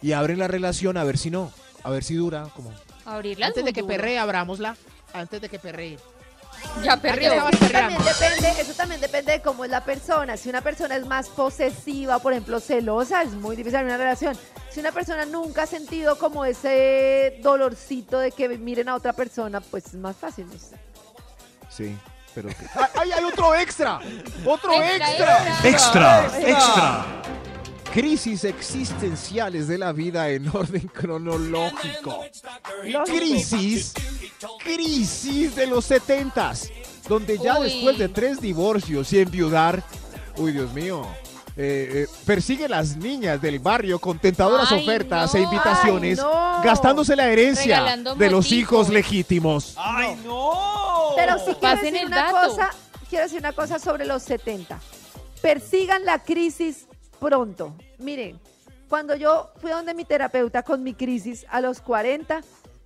Speaker 3: y abren la relación a ver si no, a ver si dura. Como,
Speaker 4: Abrirla es
Speaker 9: Antes
Speaker 4: muy
Speaker 9: de que
Speaker 4: duro.
Speaker 9: perree, abrámosla. Antes de que perree.
Speaker 4: Ya
Speaker 9: Antes
Speaker 4: perreo.
Speaker 9: estabas
Speaker 5: Eso también,
Speaker 9: perreando.
Speaker 5: depende, eso también depende de cómo es la persona. Si una persona es más posesiva, por ejemplo, celosa, es muy difícil abrir una relación. Si una persona nunca ha sentido como ese dolorcito de que miren a otra persona, pues es más fácil. no sé.
Speaker 3: sí, pero. que- ¡Ay, ay, hay otro extra! ¡Otro
Speaker 4: Extra, extra.
Speaker 7: Extra, extra.
Speaker 3: Crisis existenciales de la vida en orden cronológico.
Speaker 5: Lógico.
Speaker 3: Crisis, crisis de los setentas, donde ya
Speaker 4: Uy.
Speaker 3: después de tres divorcios y enviudar, uy Dios mío, eh, eh, persigue las niñas del barrio con tentadoras
Speaker 4: Ay,
Speaker 3: ofertas
Speaker 4: no.
Speaker 3: e invitaciones,
Speaker 5: Ay, no.
Speaker 3: gastándose la herencia
Speaker 4: Regalando
Speaker 3: de los
Speaker 4: motico.
Speaker 3: hijos legítimos.
Speaker 6: ¡Ay, no!
Speaker 5: Pero sí quiero
Speaker 4: Pasen
Speaker 5: decir
Speaker 4: el
Speaker 5: una
Speaker 4: dato.
Speaker 5: cosa, quiero decir una cosa sobre los 70. Persigan la crisis pronto. Miren, cuando yo fui a donde mi terapeuta con mi crisis a los 40,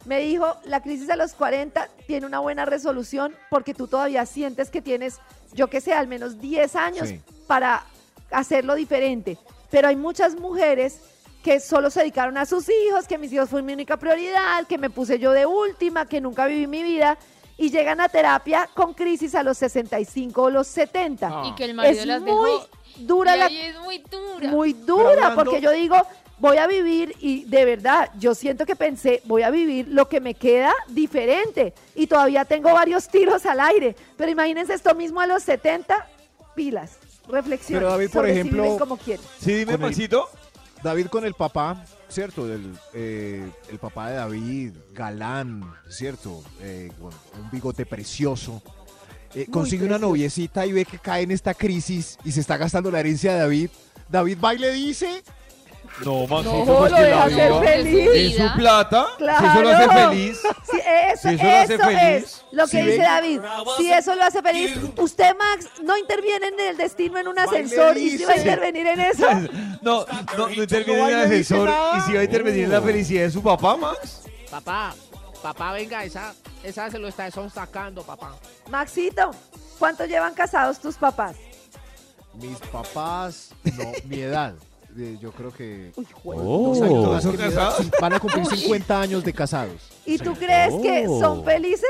Speaker 5: me dijo, la crisis a los 40 tiene una buena resolución porque tú todavía sientes que tienes, yo que sé, al menos 10 años
Speaker 3: Sí.
Speaker 5: para hacerlo diferente. Pero hay muchas mujeres que solo se dedicaron a sus hijos, que mis hijos fue mi única prioridad, que me puse yo de última, que nunca viví mi vida, y llegan a terapia con crisis a los 65 o los 70.
Speaker 4: Y que el marido
Speaker 5: es
Speaker 4: las dejó.
Speaker 5: muy dura
Speaker 4: Y
Speaker 5: la
Speaker 4: ahí es muy dura.
Speaker 5: muy
Speaker 3: Pero
Speaker 5: dura,
Speaker 3: hablando-
Speaker 5: porque yo digo, voy a vivir y de verdad, yo siento que pensé, voy a vivir lo que me queda diferente y todavía tengo varios tiros al aire, pero imagínense esto mismo a los 70 pilas, reflexión.
Speaker 3: Pero, David, por ejemplo-
Speaker 5: como quieren.
Speaker 2: Sí, dime,
Speaker 3: Con el-
Speaker 2: Maxito.
Speaker 3: David con el papá, ¿cierto? El, eh, el papá de David, galán, ¿cierto? Eh, con un bigote precioso. Eh,
Speaker 5: Muy
Speaker 3: consigue una
Speaker 5: precioso.
Speaker 3: noviecita y ve que cae en esta crisis y se está gastando la herencia de David. David va y le dice...
Speaker 2: No, Maxito.
Speaker 5: No,
Speaker 2: pues
Speaker 5: lo
Speaker 2: que
Speaker 5: deja
Speaker 2: la
Speaker 5: ser
Speaker 2: viva.
Speaker 5: feliz.
Speaker 2: Es su plata.
Speaker 5: Claro.
Speaker 2: Si eso lo hace feliz.
Speaker 5: Sí, eso,
Speaker 2: Si eso lo hace feliz,
Speaker 5: eso es lo que
Speaker 3: si
Speaker 5: dice
Speaker 3: ven-
Speaker 5: David. Si eso lo hace feliz, usted, Max, no interviene en el destino en un
Speaker 3: Baile
Speaker 5: ascensor y si va a
Speaker 3: dice.
Speaker 5: intervenir en eso.
Speaker 2: No, no, no interviene en el
Speaker 3: No, ahí no dice
Speaker 2: ascensor.
Speaker 3: nada. Oh.
Speaker 2: Y si va a intervenir en la felicidad de su papá, Max.
Speaker 9: Papá, papá, venga, esa, esa se lo está son sacando, papá.
Speaker 5: Maxito, ¿cuánto llevan casados tus papás?
Speaker 3: Mis papás, no, mi edad. Eh, yo creo que...
Speaker 5: Uy, juego.
Speaker 8: Oh.
Speaker 3: Dos años más
Speaker 2: ¿Son
Speaker 3: que mi edad.
Speaker 2: casados?
Speaker 3: Sí, Van a cumplir 50 años de casados.
Speaker 5: ¿Y tú crees que
Speaker 8: Oh.
Speaker 5: son felices?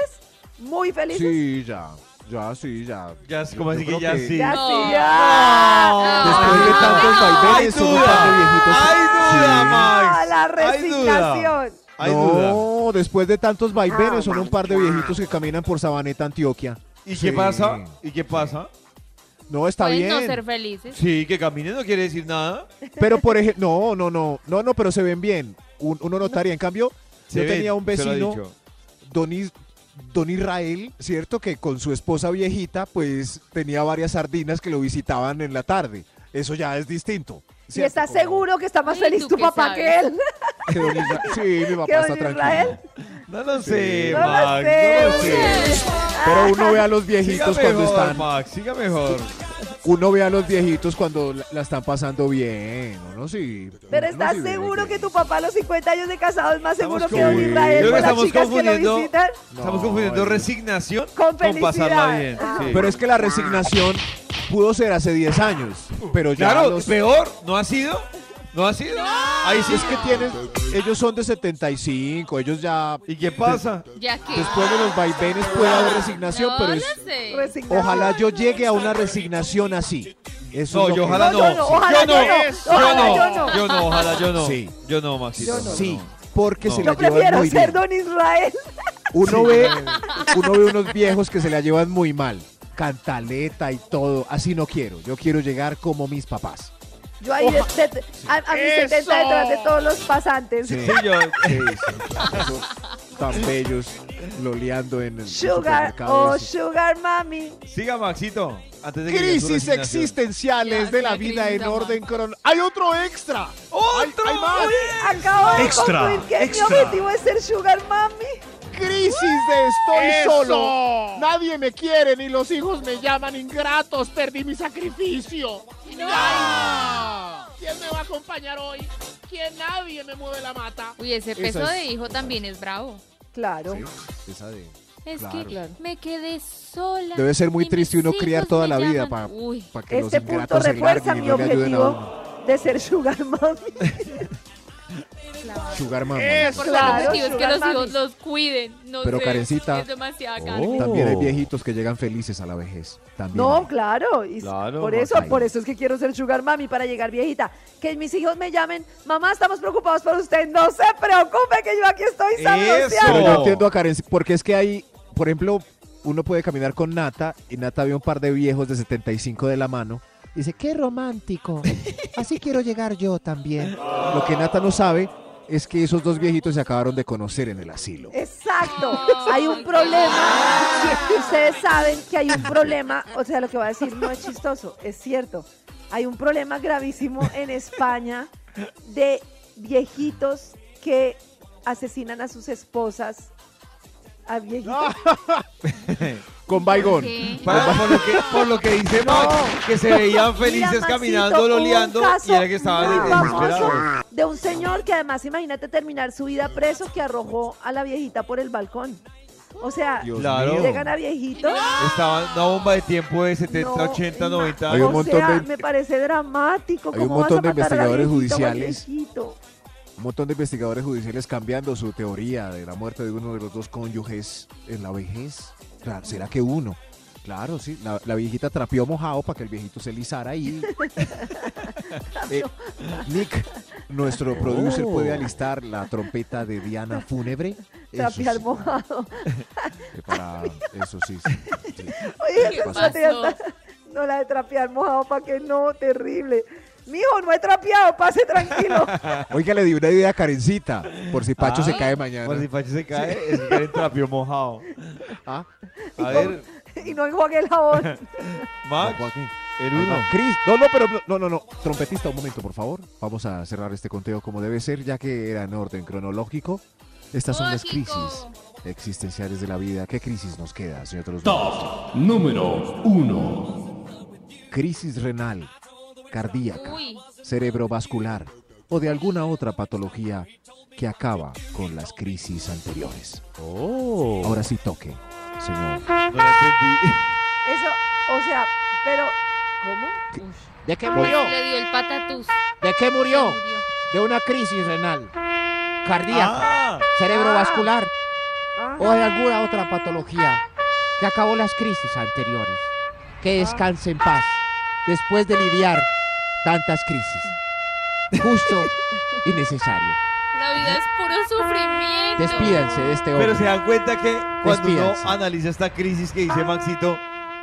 Speaker 5: ¿Muy felices?
Speaker 3: Sí, ya. Ya, sí, ya.
Speaker 2: Ya,
Speaker 3: Yo-
Speaker 2: como
Speaker 3: yo
Speaker 2: así que
Speaker 3: creo
Speaker 2: ya sí.
Speaker 5: Ya
Speaker 4: No.
Speaker 5: sí, ¡Ah! ya.
Speaker 3: Después de tantos vaivenes,
Speaker 2: ¡Hay
Speaker 3: son un
Speaker 2: duda!
Speaker 3: par de viejitos.
Speaker 2: ¡Hay duda,
Speaker 3: Sí.
Speaker 5: Ah,
Speaker 2: Max!
Speaker 5: la
Speaker 2: ¡Hay duda!
Speaker 5: resignación.
Speaker 2: Hay
Speaker 3: no,
Speaker 2: duda.
Speaker 3: después de tantos vaivenes
Speaker 5: Ah,
Speaker 3: son un par de viejitos que caminan por Sabaneta, Antioquia.
Speaker 2: ¿Y
Speaker 3: Sí.
Speaker 2: qué pasa? ¿Y qué pasa?
Speaker 3: No, está
Speaker 4: Pueden
Speaker 3: bien.
Speaker 4: no ser felices.
Speaker 2: Sí, que camine no quiere decir nada.
Speaker 3: Pero por ejemplo, no, no, no, no, no, pero se ven bien. Un- uno notaría, en cambio,
Speaker 2: Se
Speaker 3: yo
Speaker 2: ven,
Speaker 3: tenía un
Speaker 2: se lo ha
Speaker 3: vecino,
Speaker 2: dicho.
Speaker 3: Don, Is- Don Israel, ¿cierto? Que con su esposa viejita, pues tenía varias sardinas que lo visitaban en la tarde. Eso ya es distinto.
Speaker 5: ¿Y
Speaker 3: ¿cierto?
Speaker 5: estás
Speaker 3: Como
Speaker 5: seguro que está más
Speaker 4: Ay, ¿tú
Speaker 5: feliz tu
Speaker 4: qué
Speaker 5: papá
Speaker 4: sabes?
Speaker 5: que él?
Speaker 3: que don Isra- sí, mi
Speaker 5: ¿Que
Speaker 3: papá está
Speaker 5: don Israel?
Speaker 3: tranquilo.
Speaker 2: No lo sé,
Speaker 5: No lo
Speaker 2: Max.
Speaker 5: sé,
Speaker 2: No lo
Speaker 5: no
Speaker 2: sé.
Speaker 3: Pero uno ve a los
Speaker 2: Siga
Speaker 3: viejitos
Speaker 2: mejor,
Speaker 3: cuando están
Speaker 2: Max, siga mejor.
Speaker 3: Uno ve a los viejitos cuando la, la están pasando bien, uno sí.
Speaker 5: Pero
Speaker 3: uno
Speaker 5: estás
Speaker 3: sí ve
Speaker 5: seguro
Speaker 3: bien.
Speaker 5: que tu papá a los 50 años de casado es más
Speaker 2: Estamos
Speaker 5: seguro que don
Speaker 3: confundiendo.
Speaker 5: Israel
Speaker 3: Creo
Speaker 5: con
Speaker 3: que
Speaker 5: las
Speaker 2: estamos
Speaker 5: chicas que lo
Speaker 2: confundiendo.
Speaker 5: visitan?
Speaker 3: No,
Speaker 2: Estamos confundiendo
Speaker 3: es-
Speaker 2: resignación
Speaker 5: Con
Speaker 2: con pasarla bien.
Speaker 5: felicidad. Ah.
Speaker 2: sí.
Speaker 3: Pero es que la resignación pudo ser hace 10 años, pero ya
Speaker 2: claro,
Speaker 3: los-
Speaker 2: peor, ¿no ha sido? ¿No ha sido? Ahí sí
Speaker 3: es que tienen, ellos son de 75, ellos ya
Speaker 2: ¿Y qué pasa?
Speaker 4: Ya que.
Speaker 3: después de los vaivenes puede haber resignación,
Speaker 4: no,
Speaker 3: Pues, pero
Speaker 4: no
Speaker 3: es-
Speaker 4: sé.
Speaker 5: Resignación.
Speaker 3: ojalá yo llegue a una resignación así. Eso
Speaker 2: No,
Speaker 3: es lo
Speaker 2: yo
Speaker 3: que-
Speaker 2: ojalá
Speaker 5: No,
Speaker 2: no.
Speaker 5: yo no, ojalá yo no,
Speaker 2: Yo
Speaker 5: ojalá
Speaker 2: no,
Speaker 5: yo no.
Speaker 2: yo no, ojalá yo no.
Speaker 3: Sí.
Speaker 2: Yo no, Maxito.
Speaker 5: Yo no.
Speaker 3: Sí, porque
Speaker 2: No.
Speaker 3: se la
Speaker 5: Yo
Speaker 3: llevan
Speaker 5: prefiero
Speaker 3: muy
Speaker 5: ser
Speaker 3: bien.
Speaker 5: don Israel.
Speaker 3: Uno ve, uno ve unos viejos que se la llevan muy mal. Cantaleta y todo. Así no quiero. Yo quiero llegar como mis papás.
Speaker 5: Yo ahí,
Speaker 3: Oh.
Speaker 5: de-
Speaker 2: eh,
Speaker 5: de- a, a mis 70 detrás de todos los pasantes.
Speaker 2: Sí, yo-
Speaker 3: Sí, sí. Eso- tan bellos loleando en el
Speaker 5: Sugar
Speaker 3: supermercado.
Speaker 5: o Sugar Mami.
Speaker 2: Siga, Maxito. Antes de que le dé
Speaker 3: Crisis
Speaker 2: su resignación.
Speaker 3: existenciales de la vida en orden cron. ¡Hay otro extra! ¡Hay, hay más!
Speaker 5: Acabo de
Speaker 7: Extra,
Speaker 5: concluir que
Speaker 7: extra.
Speaker 5: mi objetivo es ser Sugar Mami.
Speaker 3: ¡Crisis de estoy
Speaker 9: ¡Eso!
Speaker 3: solo! ¡Nadie me quiere ni los hijos me llaman ingratos! ¡Perdí mi sacrificio! ¡No!
Speaker 9: ¿Quién me va a acompañar hoy? ¿Quién nadie me mueve la mata?
Speaker 4: Uy, ese
Speaker 3: Esa
Speaker 4: peso
Speaker 3: es-
Speaker 4: de hijo también es bravo.
Speaker 5: Claro.
Speaker 3: Esa de-
Speaker 4: Es
Speaker 3: Claro.
Speaker 4: que me quedé sola.
Speaker 3: Debe ser muy
Speaker 4: y mis
Speaker 3: triste uno
Speaker 4: hijos
Speaker 3: criar toda
Speaker 4: me
Speaker 3: la vida
Speaker 4: llaman.
Speaker 3: para
Speaker 4: Uy,
Speaker 3: que
Speaker 5: Este
Speaker 3: los
Speaker 5: punto
Speaker 3: ingratos se
Speaker 5: refuerza
Speaker 3: larguen y
Speaker 5: mi
Speaker 3: no le ayuden a uno.
Speaker 5: objetivo de ser Sugar Mami.
Speaker 3: Sugar Mama.
Speaker 9: Eso.
Speaker 4: porque
Speaker 5: Claro,
Speaker 4: el objetivo es que
Speaker 5: sugar
Speaker 4: los
Speaker 5: mami.
Speaker 4: hijos los cuiden. No
Speaker 3: Pero,
Speaker 4: sé,
Speaker 3: Karencita,
Speaker 4: Es demasiada
Speaker 8: Oh.
Speaker 4: carga.
Speaker 3: También hay viejitos que llegan felices a la vejez. También.
Speaker 5: Uh. No,
Speaker 3: hay.
Speaker 5: claro. y
Speaker 2: Claro,
Speaker 5: por eso,
Speaker 3: Macaena.
Speaker 5: por eso es que quiero ser sugar mami para llegar viejita. Que mis hijos me llamen, mamá, estamos preocupados por usted. No se preocupe que yo aquí estoy
Speaker 2: Eso.
Speaker 3: Pero
Speaker 5: sabroseando.
Speaker 3: yo
Speaker 2: No.
Speaker 3: entiendo a Karen, porque es que hay, por ejemplo, uno puede caminar con Nata y Nata ve un par de viejos de 75 de la mano. y Dice, qué romántico. Así quiero llegar yo también. Lo que Nata no sabe es que esos dos viejitos se acabaron de conocer en el asilo.
Speaker 5: Exacto.
Speaker 4: Oh,
Speaker 5: hay un
Speaker 4: my
Speaker 5: problema. Ustedes saben que hay un problema. O sea, lo que va a decir no es chistoso, es cierto. Hay un problema gravísimo en España de viejitos que asesinan a sus esposas. A viejitos.
Speaker 3: Con Baigón.
Speaker 4: ¿Qué?
Speaker 2: Para- por, lo que, por lo que dice Max, que se veían felices
Speaker 5: Mira, Maxito, hubo
Speaker 2: caminando,
Speaker 5: un
Speaker 2: loleando,
Speaker 5: caso
Speaker 2: y era que estaban
Speaker 5: muy
Speaker 2: de-
Speaker 5: famoso
Speaker 2: desesperados.
Speaker 5: de un señor que además, imagínate terminar su vida preso que arrojó a la viejita por el balcón. O sea,
Speaker 3: Dios
Speaker 2: Claro.
Speaker 3: mío.
Speaker 5: llegan a viejitos.
Speaker 2: Estaban una bomba de tiempo de 70,
Speaker 5: No,
Speaker 2: 80,
Speaker 5: ma-
Speaker 2: 90.
Speaker 3: Hay un
Speaker 5: o
Speaker 3: montón
Speaker 5: sea,
Speaker 3: de-
Speaker 5: me parece dramático.
Speaker 3: Hay un
Speaker 5: ¿Cómo vas
Speaker 3: montón
Speaker 5: a
Speaker 3: de
Speaker 5: matar a la
Speaker 3: investigadores
Speaker 5: viejita o al
Speaker 3: judiciales.
Speaker 5: viejito?
Speaker 3: Un montón de investigadores judiciales cambiando su teoría de la muerte de uno de los dos cónyuges en la vejez. Claro, ¿Será que uno? Claro, sí. La, la viejita trapeó mojado para que el viejito se lizara y... Eh, Nick, nuestro
Speaker 5: Oh.
Speaker 3: producer, puede alistar la trompeta de Diana Fúnebre. Eso
Speaker 5: Trapear
Speaker 3: sí,
Speaker 5: mojado.
Speaker 3: eh, Para... Eso sí. sí, sí.
Speaker 5: Oye,
Speaker 4: ¿Qué
Speaker 5: esa
Speaker 4: pasó?
Speaker 5: estrategia está- No, la de trapear mojado, ¿para que no? Terrible. Mijo, no he trapeado, pase tranquilo.
Speaker 3: Oiga, le di una idea a Karencita, por si Pacho
Speaker 2: Ah,
Speaker 3: se cae mañana.
Speaker 2: Por si Pacho se cae, es que era el trapio mojado.
Speaker 3: Ah,
Speaker 2: A ver,
Speaker 5: y no enjuague el jabón.
Speaker 3: no,
Speaker 2: Max,
Speaker 3: Joaquín.
Speaker 2: el
Speaker 3: Ahí va,
Speaker 2: uno.
Speaker 3: Cris, no, no, pero no, no, no. Trompetista, un momento, por favor. Vamos a cerrar este conteo como debe ser, ya que era en orden cronológico. Estas son las
Speaker 4: Lógico.
Speaker 3: crisis existenciales de la vida. ¿Qué crisis nos queda, señor de los números?
Speaker 8: Top número 1.
Speaker 3: Crisis renal, cardíaca,
Speaker 4: Uy.
Speaker 3: cerebrovascular o de alguna otra patología que acaba con las crisis anteriores.
Speaker 8: Oh.
Speaker 3: Ahora sí toque, señor.
Speaker 2: No lo entendí.
Speaker 5: Eso, o sea, pero. ¿Cómo?
Speaker 9: ¿De qué
Speaker 4: Max
Speaker 9: murió?
Speaker 4: le dio el patatús.
Speaker 9: ¿De qué murió?
Speaker 4: Murió.
Speaker 9: De una crisis renal, cardíaca,
Speaker 2: Ah,
Speaker 9: cerebrovascular
Speaker 5: Ah,
Speaker 9: o de alguna otra patología que acabó las crisis anteriores. Que descanse en paz después de lidiar tantas crisis. Justo y necesario.
Speaker 4: La vida es puro sufrimiento.
Speaker 9: Despídanse de este
Speaker 2: pero
Speaker 9: hombre.
Speaker 2: se dan cuenta que cuando
Speaker 9: Despídanse.
Speaker 2: uno analiza esta crisis que
Speaker 5: Ah.
Speaker 2: dice Maxito,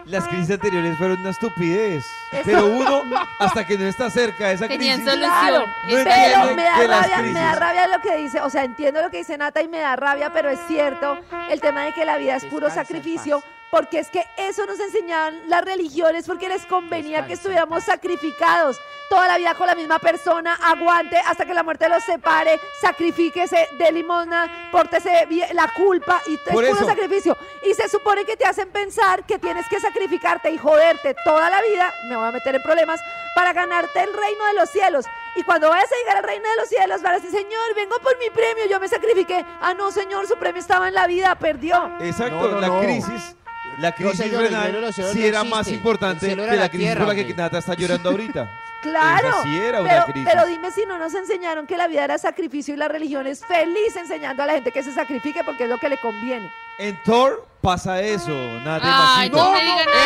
Speaker 2: las crisis anteriores fueron una estupidez. Pero uno, hasta que no está cerca de esa
Speaker 4: Tenían
Speaker 2: crisis,
Speaker 4: solución. Este-
Speaker 2: No entiendo.
Speaker 5: Pero
Speaker 2: entienden
Speaker 5: me da
Speaker 2: que las
Speaker 5: rabia, me da
Speaker 2: crisis-
Speaker 5: rabia lo que dice, o sea, entiendo lo que dice Nata y me da rabia, pero es cierto el tema de que la vida es puro
Speaker 9: Descansa en
Speaker 5: sacrificio,
Speaker 9: paz.
Speaker 5: porque es que eso nos enseñaban las religiones, porque les convenía
Speaker 9: Descansa
Speaker 5: que
Speaker 9: en
Speaker 5: estuviéramos
Speaker 9: paz.
Speaker 5: sacrificados toda la vida con la misma persona, aguante hasta que la muerte los separe, sacrifíquese de limosna, pórtese bien- la culpa y es
Speaker 2: Por
Speaker 5: puro
Speaker 2: eso.
Speaker 5: sacrificio. Y se supone que te hacen pensar que tienes que sacrificarte y joderte toda la vida, me voy a meter en problemas, para ganarte el reino de los cielos. Y cuando vayas a llegar al reino de los cielos, vas a decir, Señor, vengo por mi premio, yo me sacrifiqué. Ah, no, Señor, su premio estaba en la vida, perdió.
Speaker 2: Exacto,
Speaker 3: No, no,
Speaker 2: la
Speaker 3: no.
Speaker 2: crisis. La crisis
Speaker 9: señor, el cielo
Speaker 2: renal
Speaker 9: no, el cielo
Speaker 2: sí
Speaker 9: no
Speaker 2: era
Speaker 9: existe.
Speaker 2: más
Speaker 9: El
Speaker 2: importante que
Speaker 9: cielo era
Speaker 2: la
Speaker 9: la
Speaker 2: crisis
Speaker 9: tierra,
Speaker 2: por la que
Speaker 9: hombre.
Speaker 2: Nata está llorando ahorita.
Speaker 5: Claro.
Speaker 2: Esa sí era una
Speaker 5: pero,
Speaker 2: crisis.
Speaker 5: pero dime si no nos enseñaron que la vida era sacrificio y la religión es feliz enseñando a la gente que se sacrifique porque es lo que le conviene.
Speaker 2: En Thor pasa eso, Nata
Speaker 4: Ay,
Speaker 2: y Maxito.
Speaker 4: no me digan nada.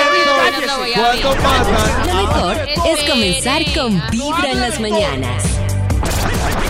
Speaker 4: porque
Speaker 2: En
Speaker 4: yo
Speaker 2: Thor,
Speaker 4: no la voy a
Speaker 2: ¿Cuándo
Speaker 4: ver.
Speaker 2: pasan?
Speaker 1: Lo mejor es
Speaker 4: Espere.
Speaker 1: comenzar con
Speaker 4: Ah,
Speaker 1: Vibra en las mañanas.